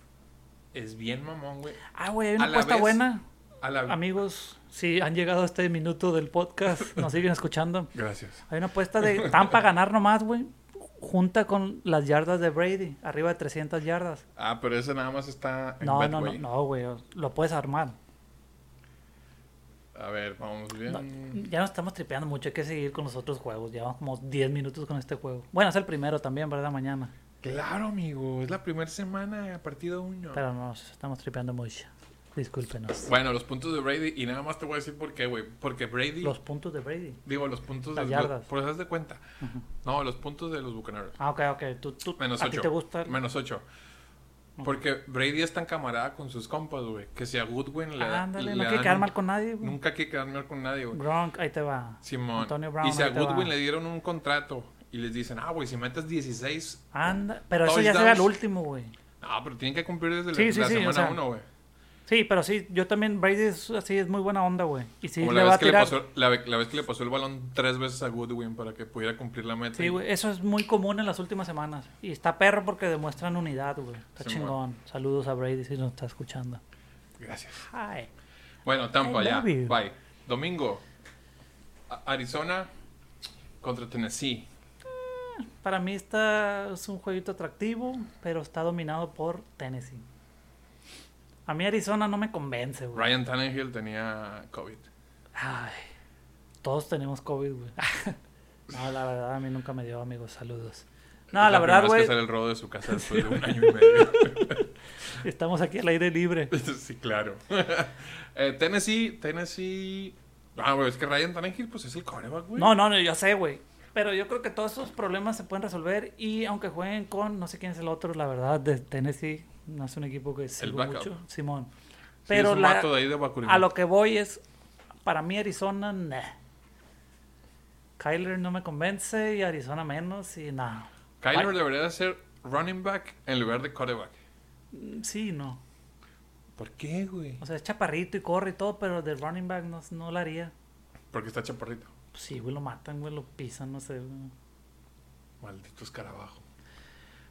es bien mamón, güey.
Ah, güey, hay
A
una
la
apuesta
vez-
buena.
A la...
Amigos, si han llegado a este minuto del podcast, nos siguen escuchando.
Gracias.
Hay una apuesta de Tampa a ganar nomás, güey. Junta con las yardas de Brady, arriba de 300 yardas.
Ah, pero ese nada más está en
No, no, no,
Betway.
no, güey. Lo puedes armar.
A ver, vamos bien.
No,
Mm.
ya nos estamos tripeando mucho. Hay que seguir con los otros juegos. Llevamos como 10 minutos con este juego. Bueno, es el primero también, ¿verdad? Mañana.
Claro, amigo. Es la primera semana, partido 1.
Pero nos estamos tripeando mucho. Discúlpenos.
Bueno, los puntos de Brady, y nada más te voy a decir por qué, güey. Porque Brady,
Los puntos de Brady.
digo, los puntos
Las
de
yardas.
Por eso haz de cuenta. No, los puntos de los Bucaneros.
Ah, ok, ok. Tú, tú,
Menos
¿A
8.
ti te gusta?
Menos 8. Porque Brady es tan camarada con sus compas, güey. Que si a Goodwin le da-
Ándale,
le
no hay que
dan-
quedar mal con nadie. güey.
Nunca quiere quedar mal con nadie, güey.
Gronk, ahí te va.
Simón.
Antonio Brown,
y si a
ahí te va.
Goodwin le dieron un contrato y les dicen, ah, güey, si metes 16.
Anda, pero eso ya
Touchdowns.
será el último, güey.
Ah, pero tienen que cumplir desde la-
Sí,
la,
sí, sí, o sea,
semana 1, güey.
Sí, pero sí, yo también, Brady es así, es muy buena onda, güey. Y sí,
Como
le
la
va
vez,
a
que le
tirar.
pasó, la, ve- la vez que le pasó el balón tres veces a Goodwin para que pudiera cumplir la meta.
Sí,
y-
güey, eso es muy común en las últimas semanas. Y está perro porque demuestran unidad, güey. Está
Sí,
chingón. Saludos a Brady si nos está escuchando.
Gracias.
Ay.
Bueno, Tampa,
I
ya.
love you.
Bye. Domingo, A- Arizona contra Tennessee.
Para mí está, es un jueguito atractivo, pero está dominado por Tennessee. A mí Arizona no me convence, güey.
Ryan Tannehill tenía COVID.
Ay, todos tenemos COVID, güey. no, la verdad, a mí nunca me dio, amigos. Saludos. No,
Es
la verdad,
primera vez
güey,
que sale el robo de su casa después de
<laughs>
un año y medio.
estamos aquí al aire libre.
Este, sí, claro. <laughs> Eh, Tennessee, Tennessee. Ah, güey, es que Ryan Tannehill, pues es el coreback, güey.
No, no, no, yo sé, güey. Pero yo creo que todos esos problemas se pueden resolver y aunque jueguen con, no sé quién es el otro, la verdad, de Tennessee, no es un equipo que sigo
backup.
mucho, Simón.
Sí,
Pero
es un
la-
vato de ahí de Bacurimán.
a lo que voy es, para mí Arizona, nah. Kyler no me convence y Arizona menos y nada.
Kyler debería de ser running back en lugar de coreback.
Sí, no.
¿Por qué, güey?
O sea, es chaparrito y corre y todo, pero de running back no, no lo haría.
Porque está chaparrito.
Pues sí, güey, lo matan, güey, lo pisan, no sé. güey.
Maldito escarabajo.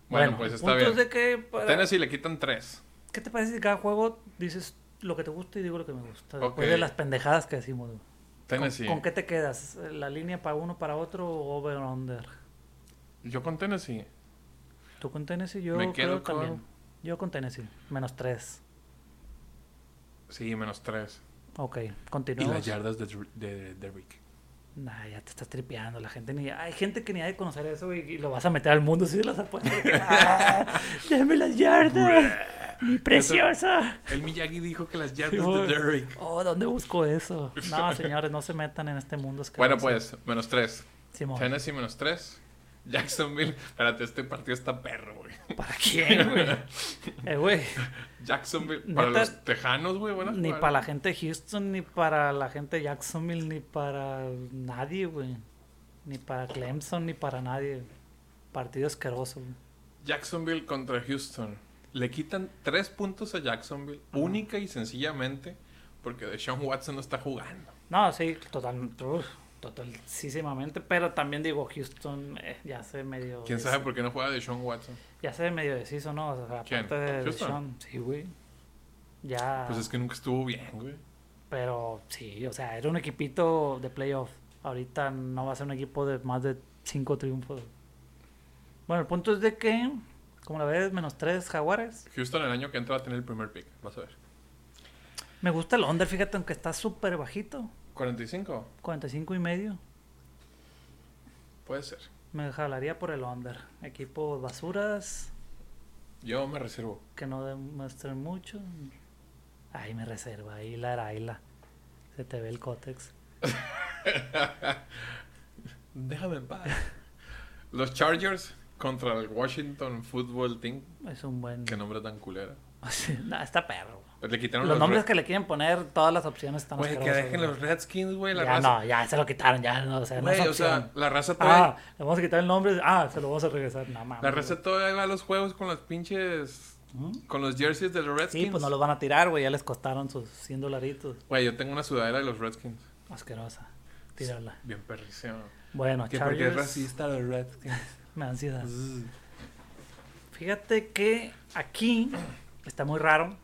Bueno, pues
el
está
punto
bien.
es de que para-
Tennessee le quitan tres.
¿Qué te parece si cada juego dices lo que te gusta y digo lo que me gusta? Después
Ok.
de las pendejadas que decimos. güey.
Tennessee.
¿Con qué te quedas? ¿La línea para uno, para otro o over-under?
Yo con Tennessee.
¿Tú con Tennessee? Yo
Me
creo
quedo con-
también. Yo con Tennessee. Menos tres.
Sí, menos tres.
Ok,
Y
continuamos.
las yardas de, Dr- de, de Rick.
Nah, ya te estás tripeando. La gente ni... Hay gente que ni ha de conocer eso güey, y, lo vas a meter al mundo si
<laughs>
las <laughs> apuestas. ¡Ah! ¡Dame las yardas! ¡Mi preciosa!
El Miyagi dijo que las yardas
Simón.
de Derrick.
Oh, ¿dónde busco eso? No, señores, no se metan en este mundo. asqueroso.
Bueno, pues, menos tres.
Simón.
Tennessee menos tres. <laughs> Jacksonville. Espérate, este partido está perro, güey.
¿Para quién, güey? Eh, güey,
Jacksonville. Para
Neta,
los tejanos, güey. van a
ni
jugar.
para la gente de Houston, ni para la gente de Jacksonville, ni para nadie, güey. Ni para Clemson, ni para nadie. Partido asqueroso, güey.
Jacksonville contra Houston. Le quitan tres puntos a Jacksonville. Única y sencillamente porque Deshaun Watson no está jugando.
No, sí, total, uf, totalísimamente, pero también digo, Houston eh, ya se medio...
¿Quién
des-
sabe por qué no juega Deshaun Watson?
Ya se medio deshizo, ¿no? O sea,
¿Quién?
aparte de
¿Houston?
Deshaun, sí, güey. Ya,
Pues es que nunca estuvo bien, güey.
pero sí, o sea, era un equipito de playoff. Ahorita no va a ser un equipo de más de cinco triunfos. Bueno, el punto es de que, como la ves, menos tres jaguares.
Houston el año que entra va a tener el primer pick. Vas a ver.
Me gusta el under, fíjate, aunque está súper bajito,
45.
45 y medio.
Puede ser.
Me jalaría por el under. Equipo basuras,
Yo me reservo.
que no demuestren mucho. Ay, me reserva, Aila, Aila. Se te ve el cótex.
<laughs> Déjame en paz. Los Chargers contra el Washington Football Team.
Es un buen.
Qué nombre tan culera.
Sí, <laughs> no, está perro.
Le quitaron
Los, nombres que le quieren poner, todas las opciones están
Güey, que
asquerosas,
dejen
güey.
los Redskins, güey. La
Ya
raza.
no, ya se lo quitaron, ya no, o sea, no es
Güey, o sea,
opción.
la raza todavía.
Ah, le vamos a quitar el nombre, ah, se lo vamos a regresar, no mames.
La raza todavía va a los juegos con los pinches. Con los jerseys de los Redskins.
Sí, pues no los van a tirar, güey, ya les costaron sus 100 dolaritos.
Güey, yo tengo una sudadera de los Redskins.
Asquerosa. Tírala.
Bien perrísima.
Bueno,
Que porque es
Chargers,
racista los Redskins.
me da ansiedad. Fíjate que aquí está muy raro.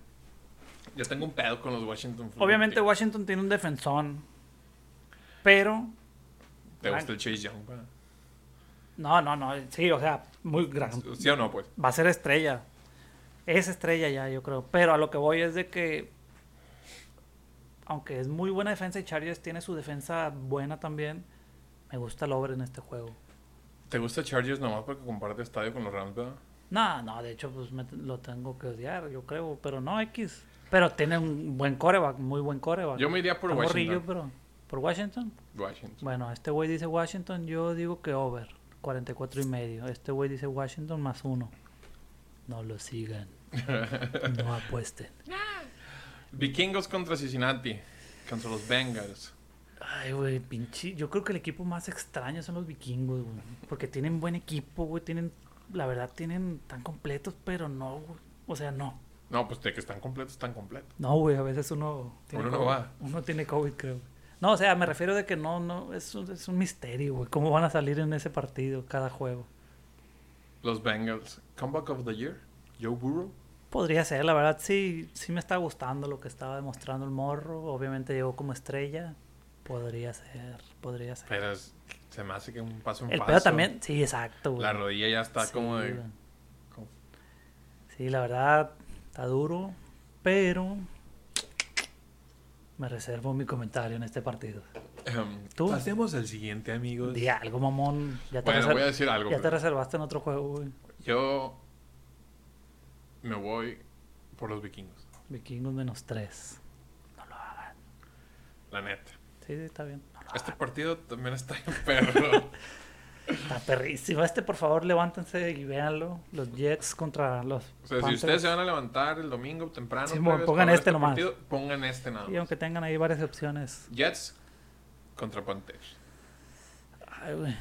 Yo tengo un pedo con los Washington Football
Obviamente
Team.
Washington tiene un defensón, pero
Te gusta el Chase Young, pa?
no, no, no, sí, o sea, muy gran,
¿Sí o no, pues?
va a ser estrella. Es estrella ya, yo creo. Pero a lo que voy es de que. Aunque es muy buena defensa y Chargers tiene su defensa buena también, me gusta el over en este juego.
¿Te gusta Chargers nomás porque comparte estadio con los Rams, verdad?
No, no, de hecho, pues me t- lo tengo que odiar, yo creo. Pero no, X. Pero tiene un buen coreback, muy buen coreback.
Yo me iría por
Está
Washington.
morrillo, pero- ¿Por Washington?
Washington.
Bueno, este güey dice Washington, yo digo que over, 44 y medio. Este güey dice Washington más uno. No lo
<laughs>
sigan. No apuesten.
Vikingos contra Cincinnati. Contra los Bengals.
Ay, güey, pinche. Yo creo que el equipo más extraño son los vikingos, güey. Porque tienen buen equipo, güey. Tienen, la verdad, tienen tan completos, pero no, güey. O sea, no.
No, pues de que están completos, están completos.
No, güey, a veces uno
Uno no
COVID.
va.
Uno tiene COVID, creo. No, o sea, me refiero de que no, no, es un, es un misterio, güey. ¿Cómo van a salir en ese partido cada juego?
Los Bengals. Comeback of the Year. Joe Burrow.
Podría ser, la verdad sí, sí me está gustando lo que estaba demostrando el morro. Obviamente llegó como estrella. Podría ser, podría ser.
Pero es- se me hace que un paso en
el
paso.
pedo también, sí, exacto, güey.
La rodilla ya está
Sí,
como de...
güey.
como-
Sí, la verdad está duro, pero me reservo mi comentario en este partido.
Ejem,
¿Tú?
em, Pasemos al siguiente, amigos.
Di algo, mamón. Ya te,
Pues, Bueno,
reser-
voy a decir algo. pues.
ya te
pero
reservaste en otro juego, güey.
Yo me voy por los vikingos.
Vikingos menos tres. No lo hagan.
La neta.
Sí, sí, está bien. No lo
Este
hagan.
partido también está en perro.
Está perrísimo. Este, por favor, levántense y véanlo. Los Jets contra los.
O sea, si
Panthers.
ustedes se van a levantar el domingo temprano,
Simón,
plebes,
pongan
para ver
este nomás.
pongan este nada
Sí,
más.
aunque tengan ahí varias opciones.
Jets contra Panthers.
Ay, güey.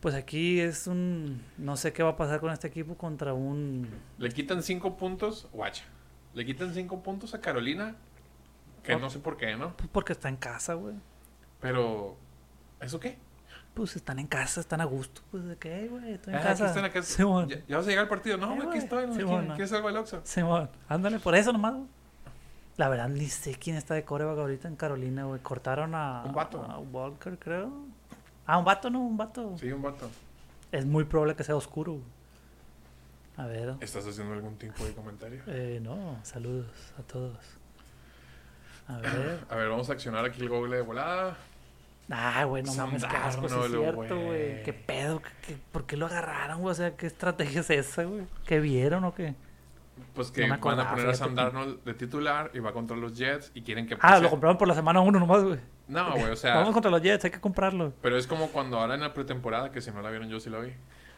Pues aquí es un. No sé qué va a pasar con este equipo contra un.
Le quitan cinco puntos, guacha. Le quitan cinco puntos a Carolina, que
Ah.
no sé por qué, ¿no?
Pues porque está en casa, güey.
Pero, ¿eso qué?
Pues están en casa, están a gusto. Pues de qué, güey. Estoy en
Ah, aquí
casa.
están acá.
Simón.
Ya, ya vas a llegar al partido. No,
Eh,
güey, aquí
güey.
estoy. No, sé
Simón,
quién-
no.
¿Quieres algo del Oxxo?
Simón, ándale, por eso nomás, güey. La verdad, ni sé quién está de coreback ahorita en Carolina, güey. Cortaron a.
Un vato.
a Walker, creo. Ah, un vato, no, un vato.
Sí, un vato.
Es muy probable que sea oscuro. güey. A ver.
¿Estás haciendo algún tipo de comentario?
eh, no, saludos a todos. A ver.
A ver, vamos a accionar aquí el google de volada.
Ah, güey, no
Sam
mames, qué asco, sí es
Darnold,
cierto,
güey.
güey. Qué pedo, ¿Qué, qué- por qué lo agarraron, güey? O sea, ¿qué estrategia es esa, güey? ¿Qué vieron o qué?
Pues que
No
van
me
a
acordaba,
poner a
fíjate
Sam
que-
Darnold de titular y va contra los Jets y quieren que
Ah,
pase-
lo compraron por la semana uno nomás, güey.
No, güey, o sea,
<laughs> Vamos contra los Jets, hay que comprarlo.
pero es como cuando ahora en la pretemporada, que si no la vieron yo sí la vi.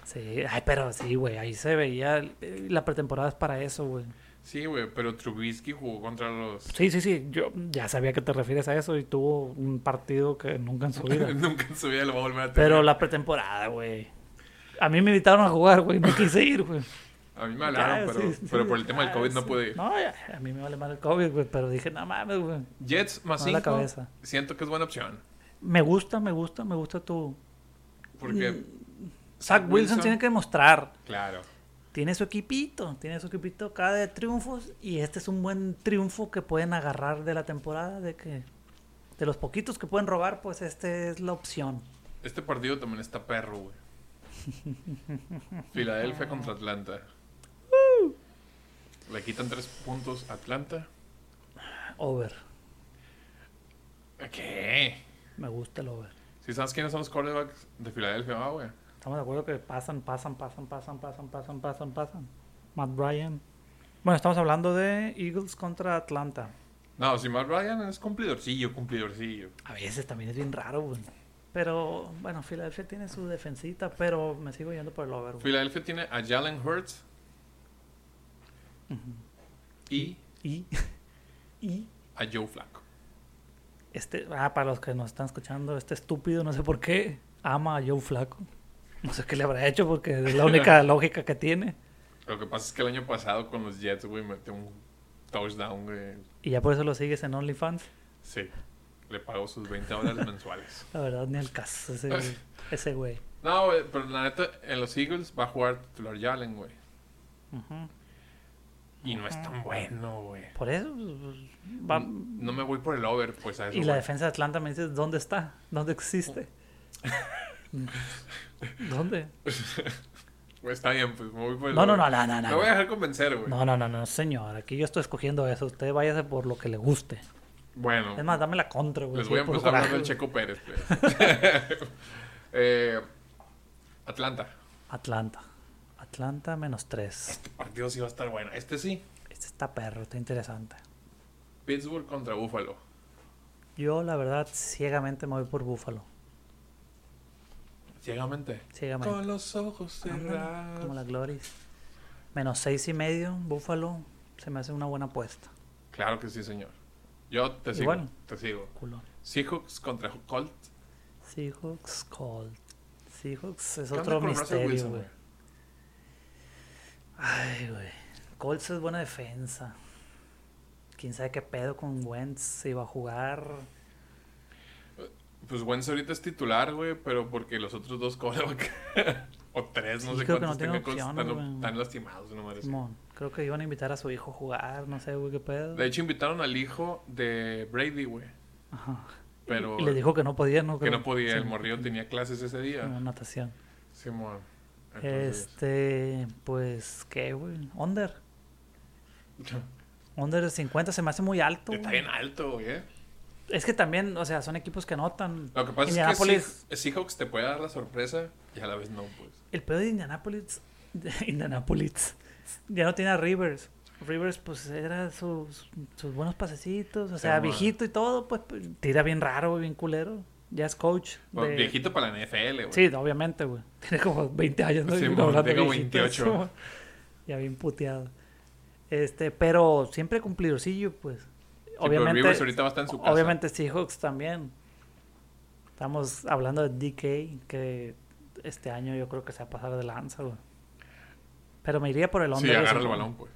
Sí, ay, pero sí, güey, ahí se veía. eh, La pretemporada es para eso, güey.
Sí, güey, pero Trubisky jugó contra los...
Sí, sí, sí, yo ya sabía que te refieres a eso y tuvo un partido que nunca en su
<laughs>
vida.
Nunca en su vida lo va a volver a tener.
Pero la pretemporada, güey. A mí me invitaron a jugar, güey, no quise ir, güey.
A mí me hablaron,
Ya,
Ah, pero,
Ah, sí, sí,
pero por el tema del
ya,
COVID no
sí.
pude ir.
No, ya, a mí me vale mal el COVID, güey, pero dije, no mames, güey.
Jets más
No, la
5,
cabeza.
siento que es buena opción.
Me gusta, me gusta, me gusta tu.
Porque
Zach Wilson, tiene que demostrar.
Claro.
Tiene su equipito, tiene su equipito acá de triunfos y este es un buen triunfo que pueden agarrar de la temporada, de que de los poquitos que pueden robar, pues este es la opción.
Este partido también está perro,
<laughs>
güey.
Ah.
Filadelfia contra Atlanta.
Uh.
Le quitan tres puntos a Atlanta.
Over,
¿Qué?
me gusta el over.
Si sabes quiénes son los quarterbacks de Filadelfia, ah, güey.
Estamos de acuerdo que pasan, pasan, pasan, pasan, pasan, pasan, pasan, pasan. Matt Bryan. Bueno, estamos hablando de Eagles contra Atlanta.
No, si Matt Ryan es cumplidorcillo, cumplidorcillo.
A veces también es bien raro, güey. Pero bueno, Filadelfia tiene su defensita, pero me sigo yendo por el over. güey.
Filadelfia tiene a Jalen Hurts y
Y, <laughs> y
a Joe Flacco.
este, ah, para los que nos están escuchando, este estúpido, no sé por qué, ama a Joe Flaco. No sé qué le habrá hecho porque es
<laughs>
la única lógica que tiene.
Lo que pasa es que el año pasado con los Jets, güey, metió un touchdown, güey.
Y ya por eso lo sigues en OnlyFans.
Sí. Le pagó sus 20
<laughs>
dólares mensuales.
La verdad, ni el caso ese, güey- ese güey.
No, güey, pero la neta, en los Eagles va a jugar titular Jalen, güey.
Ujú.
Y no es tan bueno, güey.
Por eso. pues, va-
No me voy por el over, pues a eso.
Y la
voy.
defensa de Atlanta me dices, ¿dónde está?
<laughs>
¿Dónde existe? ¿Dónde?
Güey, Está bien, <laughs> pues me voy por el
No, no,
over.
no, no, no,
Me voy a
no.
dejar convencer, güey.
No, no, no, no, señor. Aquí yo estoy escogiendo eso. Usted váyase por lo que le guste.
Bueno,
Es más, dame la contra, güey.
les
sí,
voy a
por
empezar a hablar
coraje,
del
güey.
Checo Pérez, pues.
<laughs>
Eh, Atlanta.
Atlanta. Atlanta menos 3.
Este partido sí va a estar bueno. Este sí.
Este está perro, está interesante.
Pittsburgh contra Buffalo.
Yo, la verdad, ciegamente me voy por Búfalo.
Ciegamente.
Ciegamente.
Con los ojos
Ándale, Como
cerrados.
la Glory. Menos seis y medio, Búfalo. Se me hace una buena apuesta.
Claro que sí, señor. Yo te sigo.
Igual.
Te sigo.
Culón.
Seahawks contra Colts.
Seahawks Colt. Seahawks es
¿Qué onda
otro
con Russell
misterio,
Wilson,
güey. Ay, güey. Colts es buena defensa. Quién sabe qué pedo con Wentz. Se iba a jugar.
Pues Wentz ahorita es titular, güey, pero porque los otros dos coreback <laughs> o tres, no
Sí,
sé
creo que
cuántos
no tienen
tengan Colts
opciones,
están,
güey.
están lastimados, no madre.
Simón, creo que iban a invitar a su hijo a jugar. No sé, güey, qué pedo.
De hecho, invitaron al hijo de Brady, güey.
Ajá.
Pero
Y le dijo que no podía, ¿no?
que
Creo.
no podía, el
Sí,
morrillo tenía clases ese
una
día.
natación.
Simón. Entonces,
Este, pues, ¿qué, güey? Under. Under de 50 se me hace muy alto.
Está
güey.
bien alto, güey. eh.
Es que también, o sea, son equipos que anotan.
Lo que pasa
Indianapolis-
es que Seah- Seahawks te puede dar la sorpresa y a la vez no, pues.
El pedo de Indianapolis. <laughs> de Indianapolis. Ya no tiene a Rivers. Rivers, pues, era sus, sus buenos pasecitos. O sea,
Simón.
viejito y todo, pues, pues, tira bien raro, güey, bien culero. Ya es coach.
Bueno,
de-
Viejito para la NFL, güey.
Sí, obviamente, güey. <laughs> Tiene como 20 años, ¿no?
Sí,
Y
mo,
hablando
tengo
viejito,
28.
<laughs> sí, mo. ya bien puteado. Este, pero siempre cumplidorcillo, pues.
Sí, pero
obviamente,
Rivers ahorita va a estar en su casa.
obviamente Seahawks también. Estamos hablando de DK, que este año yo creo que se va a pasar de lanza, güey. Pero me iría por el
Sí,
hombre.
agarra el balón, pues.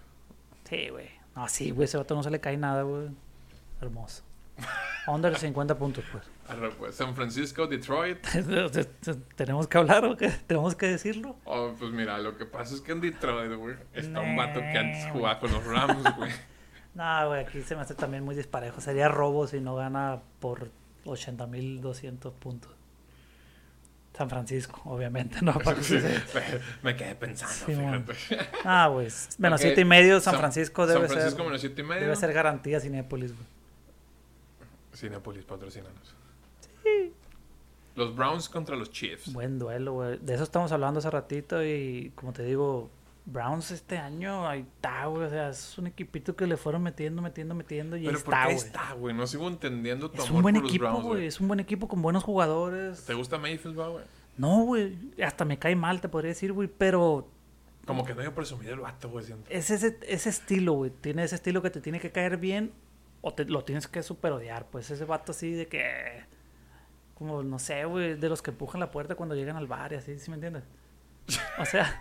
Sí, güey. No, sí, güey, ese vato no se le cae nada, güey.
<laughs>
Hermoso. Under 50 puntos, pues. <laughs>
Arre, pues. San Francisco, Detroit.
¿Tenemos que hablar o qué? ¿Tenemos que decirlo?
Oh, pues mira, lo que pasa es que en Detroit, güey, está un
Nah,
vato que antes
güey.
jugaba con los Rams,
<laughs>
güey.
No, güey, aquí se me hace también muy disparejo. Sería robo si no gana por 80.200 puntos. San Francisco, obviamente,
<laughs>
¿no? Para que
Sí,
se-
Me quedé pensando,
Sí, mon.
fíjate.
Ah, güey. s- Menos
Ok,
7 y medio, San Francisco debe
San Francisco
ser.
menos siete y medio.
Debe ser garantía Cinépolis, güey.
Cinépolis, patrocínanos. Los Browns contra los Chiefs.
Buen duelo, güey. De eso estamos hablando hace ratito y, como te digo, Browns este año, ahí está, güey. O sea, es un equipito que le fueron metiendo, metiendo, metiendo y ahí
Pero ¿por
está,
qué
güey.
está, güey? No sigo entendiendo tu
Es
amor
un buen
por los
equipo,
Browns,
güey. Es un buen equipo con buenos jugadores.
¿Te gusta Mayfield, va, güey?
No, güey, hasta me cae mal, te podría decir, güey, pero
Como que medio presumido el vato, güey,
<laughs>
siento.
es ese, ese estilo, güey. Tiene ese estilo que te tiene que caer bien o te, lo tienes que super odiar, pues ese vato así de que, como, no sé, güey, de los que empujan la puerta cuando llegan al bar y así, ¿sí me entiendes?
<laughs>
O sea,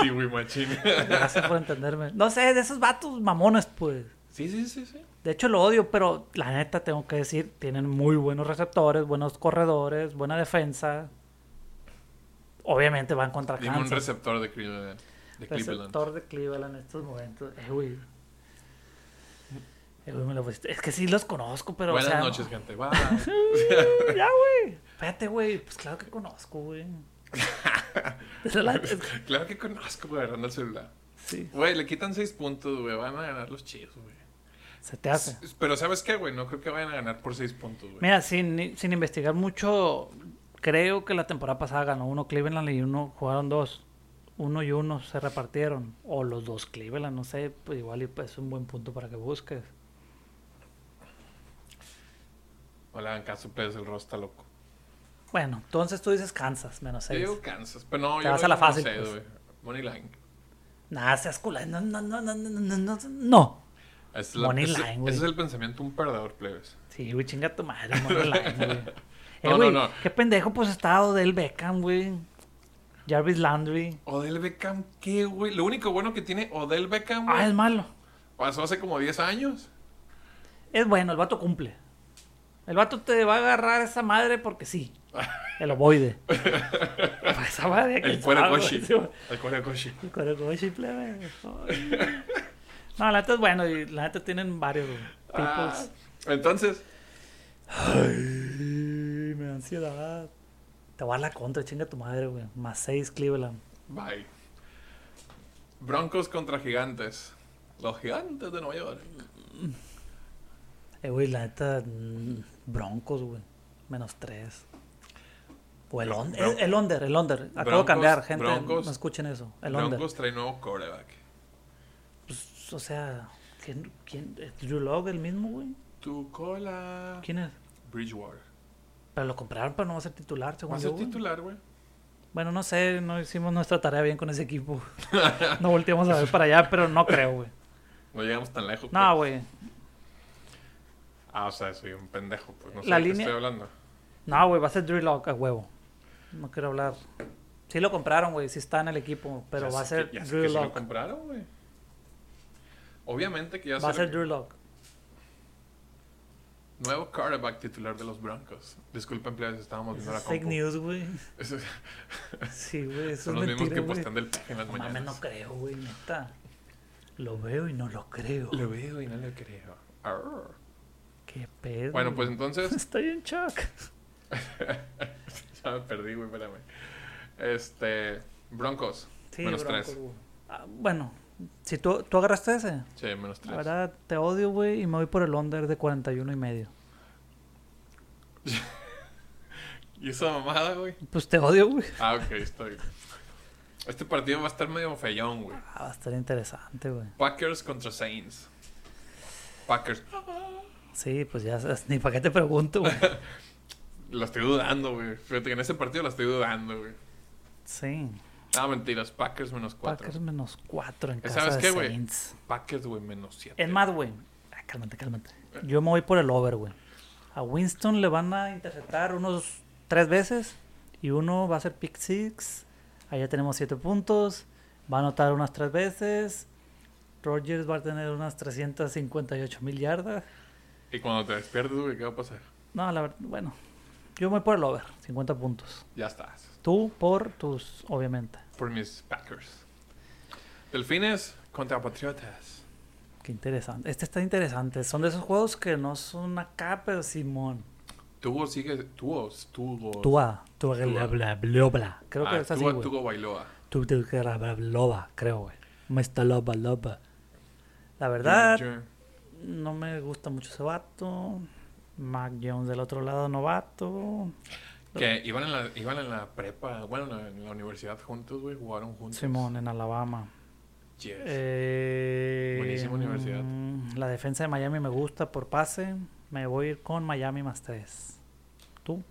Sí, güey, machín.
gracias por entenderme. No sé, de esos vatos mamones, pues.
sí, sí, sí, sí.
De hecho, lo odio, pero la neta, tengo que decir, tienen muy buenos receptores, buenos corredores, buena defensa. Obviamente van contra
Dime un
Kansas.
receptor de Cleveland. De Cleveland.
receptor de Cleveland en estos momentos. Eh, güey. Eh, güey, me lo pusiste. Es que sí los conozco, pero. o
Buenas
sea, no-
noches, gente. <laughs> Bye.
Ya, güey. Espérate, güey. Pues claro que conozco, güey. Pero <laughs> la- es-
<laughs> claro que conozco, güey, agarrando el celular.
sí,
Güey, le quitan seis puntos, güey. Van a ganar los Chiefs, güey.
se te hace.
S- Pero ¿sabes qué, güey? No creo que vayan a ganar por seis puntos, güey.
Mira, sin, sin investigar mucho, creo que la temporada pasada ganó uno Cleveland y uno jugaron dos. Uno y uno se repartieron. O los dos Cleveland, no sé. Pues igual y, pues, es un buen punto para que busques.
No le hagan caso, pues el rostro está loco.
Bueno, entonces tú dices Kansas, menos
Yo
6.
digo Kansas, pero no,
Te
yo
vas
lo
a la
digo menos
fácil,
seis,
pues.
güey. Money line.
Nah, seas culé. No, no, no, no, no, no, no, no.
Es la-
Money
ese-
line, güey.
Ese es el pensamiento de un perdedor, plebes.
Sí, güey, chinga tu madre,
<laughs>
Money Line, güey. Eh,
No,
güey,
no, no.
Qué pendejo, pues, estado del Beckham, güey. Jarvis Landry.
Odell Beckham, ¿qué, güey? Lo único bueno que tiene Odell Beckham, güey,
Ah, es malo.
pasó hace como 10
<laughs>
años.
Es bueno, el vato cumple. El vato te va a agarrar esa madre porque sí. El ovoide. <laughs> esa madre que
El
se va, Ah, güey,
Koshi.
sí, güey.
El Koshi.
El
<laughs>
Cuerecochi, plebe. Ay. No, la neta es bueno y la neta tienen varios güey,
Ah,
tipos.
entonces,
Ay, me da ansiedad. Te voy a dar la contra, chinga tu madre, güey. Más 6 Cleveland.
bye. Broncos contra gigantes. Los gigantes de Nueva York.
Eh, güey, la neta, mm, broncos, güey. Menos 3. O el, on-
Bron-
el, el under, el under. Acabo
Broncos-
de cambiar, gente.
Broncos-
no escuchen eso. El under.
Broncos trae nuevo quarterback.
Pues, o sea, ¿quién? quién ¿Es Drew Locke el mismo, güey?
Tu cola.
¿Quién es?
Bridgewater.
Pero lo compraron para no ser titular, según
Va a ser
yo, güey.
titular, güey.
Bueno, no sé, no hicimos nuestra tarea bien con ese
<laughs>
equipo. no volteamos a ver para allá, pero no creo, güey.
No llegamos tan lejos.
No,
pues.
güey.
Ah, o sea, soy un pendejo, pues no sé
La
de qué
línea-
estoy hablando.
No, güey, va a ser Drew Lock a huevo. No quiero hablar. Sí lo compraron, güey, sí está en el equipo, pero
Ya
va a
sé
ser
que- ya sé
Drew
que sí lo
Lock.
compraron, güey. Obviamente que ya
Va a
se
ser
lo-
Drew Lock.
Nuevo quarterback titular de los Broncos. Disculpen, plebes, estábamos viendo la
Fake
compu. <laughs>
news, güey. <laughs>
Eso-
Sí, güey, eso
Son los
es
mismos
mentira,
que
güey.
postean del pack en las
No mames, no
mañanas.
creo, güey, neta. Lo veo y no lo creo.
Lo veo y no lo creo. Arr.
Qué pedo.
Bueno, pues
güey.
entonces... <laughs>
<laughs> Estoy en shock.
ya me perdí, güey, espérame. Este... Broncos.
Sí,
menos
Broncos,
tres.
güey. Ah, bueno, si tú, tú agarraste ese,
Sí, menos
la
tres.
verdad te odio, güey, y me voy por el under de 41 y medio.
¿Y esa mamada, güey?
Pues te odio, güey.
Ah, ok, estoy... Este partido va a estar medio feyón, güey.
Ah, va a estar interesante, güey.
Packers contra Saints. Packers.
Sí, pues ya sabes, <laughs> ni para qué te
<laughs>
pregunto, güey.
La estoy dudando, güey. Fíjate que en ese partido la estoy dudando, güey.
Sí,
Ah, mentiras. Packers menos cuatro.
Packers
Packers,
menos 4 en
¿Sabes
casa de
qué, güey?
Saints.
güey, menos siete.
Es más, güey. Ah, cálmate, cálmate.
Eh.
Yo me voy por el over, güey. A Winston le van a interceptar unos tres veces y uno va a ser pick six. Allá tenemos siete puntos. Va a anotar unas tres veces. Rogers va a tener unas 358 mil yardas.
Y cuando te despiertes, güey, ¿qué va a pasar?
No, la verdad, bueno. Yo me voy por el over, 50 puntos.
Ya estás.
Tú por tus, obviamente.
Por mis Packers. Delfines contra Patriotas.
Qué interesante. Este está interesante. Son de esos juegos que no son acá, pero Simón.
Tuvo sigue... Tuvo. Tuvo.
Tua. Tua.
Tua.
Bla, bla, bla, bla. Creo que
Pues, Ah,
es así,
Tua-
güey.
Tuvo Bailoa.
Tu, tu, que la- la- loba, creo, güey. Mr. Loba, loba. La verdad, no me gusta mucho ese vato. Mac Jones del otro lado, novato.
Que iban en la, iban en la prepa, bueno, en la, en la universidad juntos, güey. Jugaron juntos.
Simón en Alabama.
Yes.
Eh,
Buenísima universidad.
mm, La defensa de Miami me gusta por pase. Me voy a ir con Miami más tres. ¿Tú?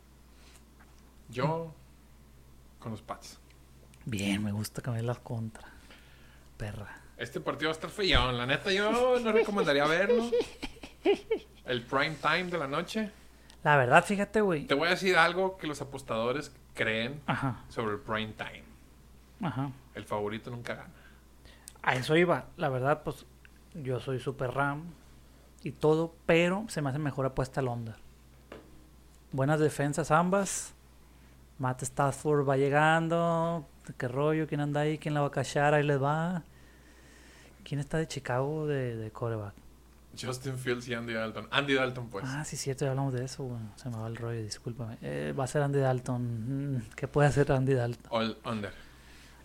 Yo... Con los Pats.
Bien, me gusta cambiar las contra. Perra.
Este partido va a estar feo. La neta, yo no recomendaría verlo. El prime time de la noche.
La verdad, fíjate, güey.
Te voy a decir algo que los apostadores creen
Ajá,
sobre el prime time.
ajá.
El favorito nunca gana.
A eso iba. La verdad, pues yo soy super RAM y todo, pero se me hace mejor apuesta al under. Buenas defensas ambas. Matt Stafford va llegando. ¿Qué rollo? ¿Quién anda ahí? ¿Quién la va a cachar? Ahí les va. ¿Quién está de Chicago de, de coreback?
Justin Fields y Andy Dalton. Andy Dalton, pues.
Ah, sí, cierto, ya hablamos de eso. güey. se me va el rollo, discúlpame. Eh, va a ser Andy Dalton. Mm, ¿Qué puede hacer Andy Dalton?
All under.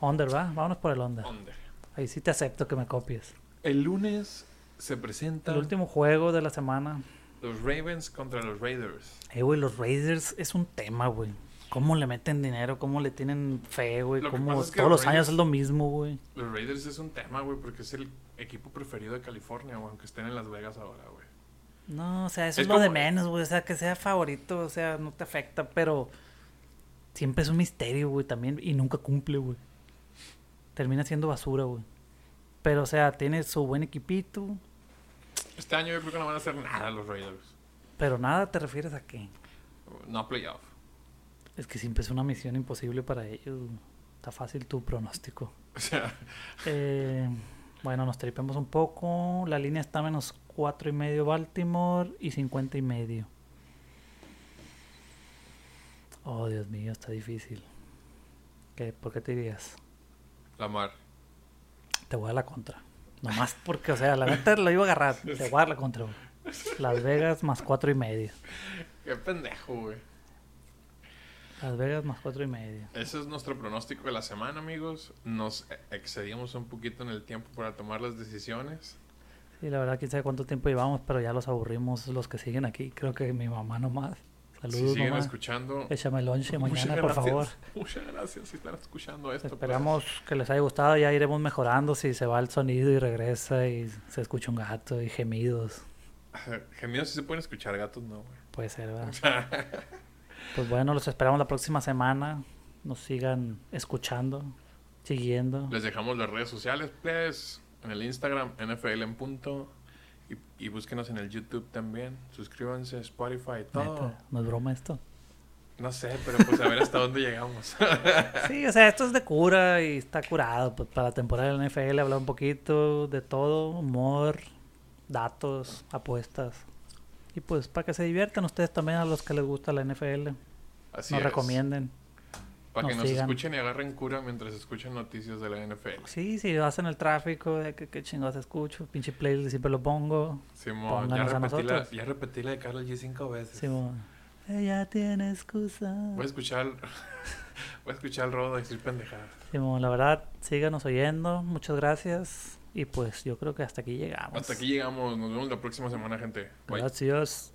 Under, ¿va? Vámonos por el under.
Under.
Ahí sí te acepto que me copies.
El lunes se presenta
El último juego de la semana.
los Ravens contra los Raiders.
Eh, güey, los Raiders es un tema, güey. ¿Cómo le meten dinero? ¿Cómo le tienen fe, güey?
Lo que
¿Cómo
pasa
todos
es que
los
Raiders-
años es lo mismo, güey?
Los Raiders es un tema, güey, porque es el equipo preferido de California, güey, aunque estén en Las Vegas ahora, güey.
No, o sea, eso
Es
es, lo de
como-
menos, güey. O sea, que sea favorito, o sea, no te afecta, pero siempre es un misterio, güey, también. Y nunca cumple, güey. Termina siendo basura, güey. Pero, o sea, tiene su buen equipito.
Este año yo creo que no van a hacer nada los Raiders.
Pero nada, ¿te refieres a qué?
No playoff. <laughs>
Es que siempre es una misión imposible para ellos. güey. Está fácil tu pronóstico.
O sea,
Eh, bueno, nos tripemos un poco. La línea está menos cuatro y medio Baltimore y 50 y medio. Oh, Dios mío, está difícil. ¿Qué? ¿Por qué te dirías?
Lamar.
Te voy a dar la contra. Nomás porque, o sea, la neta lo iba a agarrar. Te voy a dar la contra. güey. Las Vegas más cuatro y medio.
Qué pendejo, güey.
Las Vegas más cuatro y medio.
Ese es nuestro pronóstico de la semana, amigos. Nos e- excedimos un poquito en el tiempo para tomar las decisiones.
Sí, la verdad, quién sabe cuánto tiempo llevamos, pero ya los aburrimos los que siguen aquí. Creo que mi mamá nomás.
si
Saludos,
siguen
mamá.
escuchando,
Échame el lonche
muchas
mañana, por
gracias.
favor.
Muchas gracias si están escuchando esto. pues.
Esperamos que les haya gustado, ya iremos mejorando si se va el sonido y regresa y se escucha un gato y gemidos.
<laughs> Gemidos sí se pueden escuchar, gatos no, güey.
Puede ser, ¿verdad? pues bueno, los esperamos la próxima semana. Nos sigan escuchando, siguiendo.
Les dejamos las redes sociales, please. En el Instagram, NFL en punto. Y, y búsquenos en el YouTube también. Suscríbanse, Spotify, todo.
Neta, no es broma esto.
No sé, pero pues a ver hasta dónde llegamos. <laughs>
Sí, o sea, esto es de cura y está curado. Pues para la temporada de la NFL hablar un poquito de todo, humor, datos, apuestas. Y pues para que se diviertan ustedes también a los que les gusta la NFL,
Así
nos
es.
recomienden.
Para que
nos
nos
sigan.
escuchen y agarren cura mientras escuchan noticias de la NFL.
Sí, si vas en el tráfico, de que, que chingados escucho, pinche playlist siempre lo pongo.
Simón, ya
Pónganos a
repetí, la,
nosotros.
ya repetí la de Carlos G cinco veces.
Simón, ella tiene excusa.
Voy a escuchar, <laughs> voy a escuchar al Rodo decir pendejadas.
Simón, la verdad, síganos oyendo, muchas gracias. Y pues yo creo que hasta aquí llegamos.
Hasta aquí llegamos. Nos vemos la próxima semana, gente. Bye.
Gracias.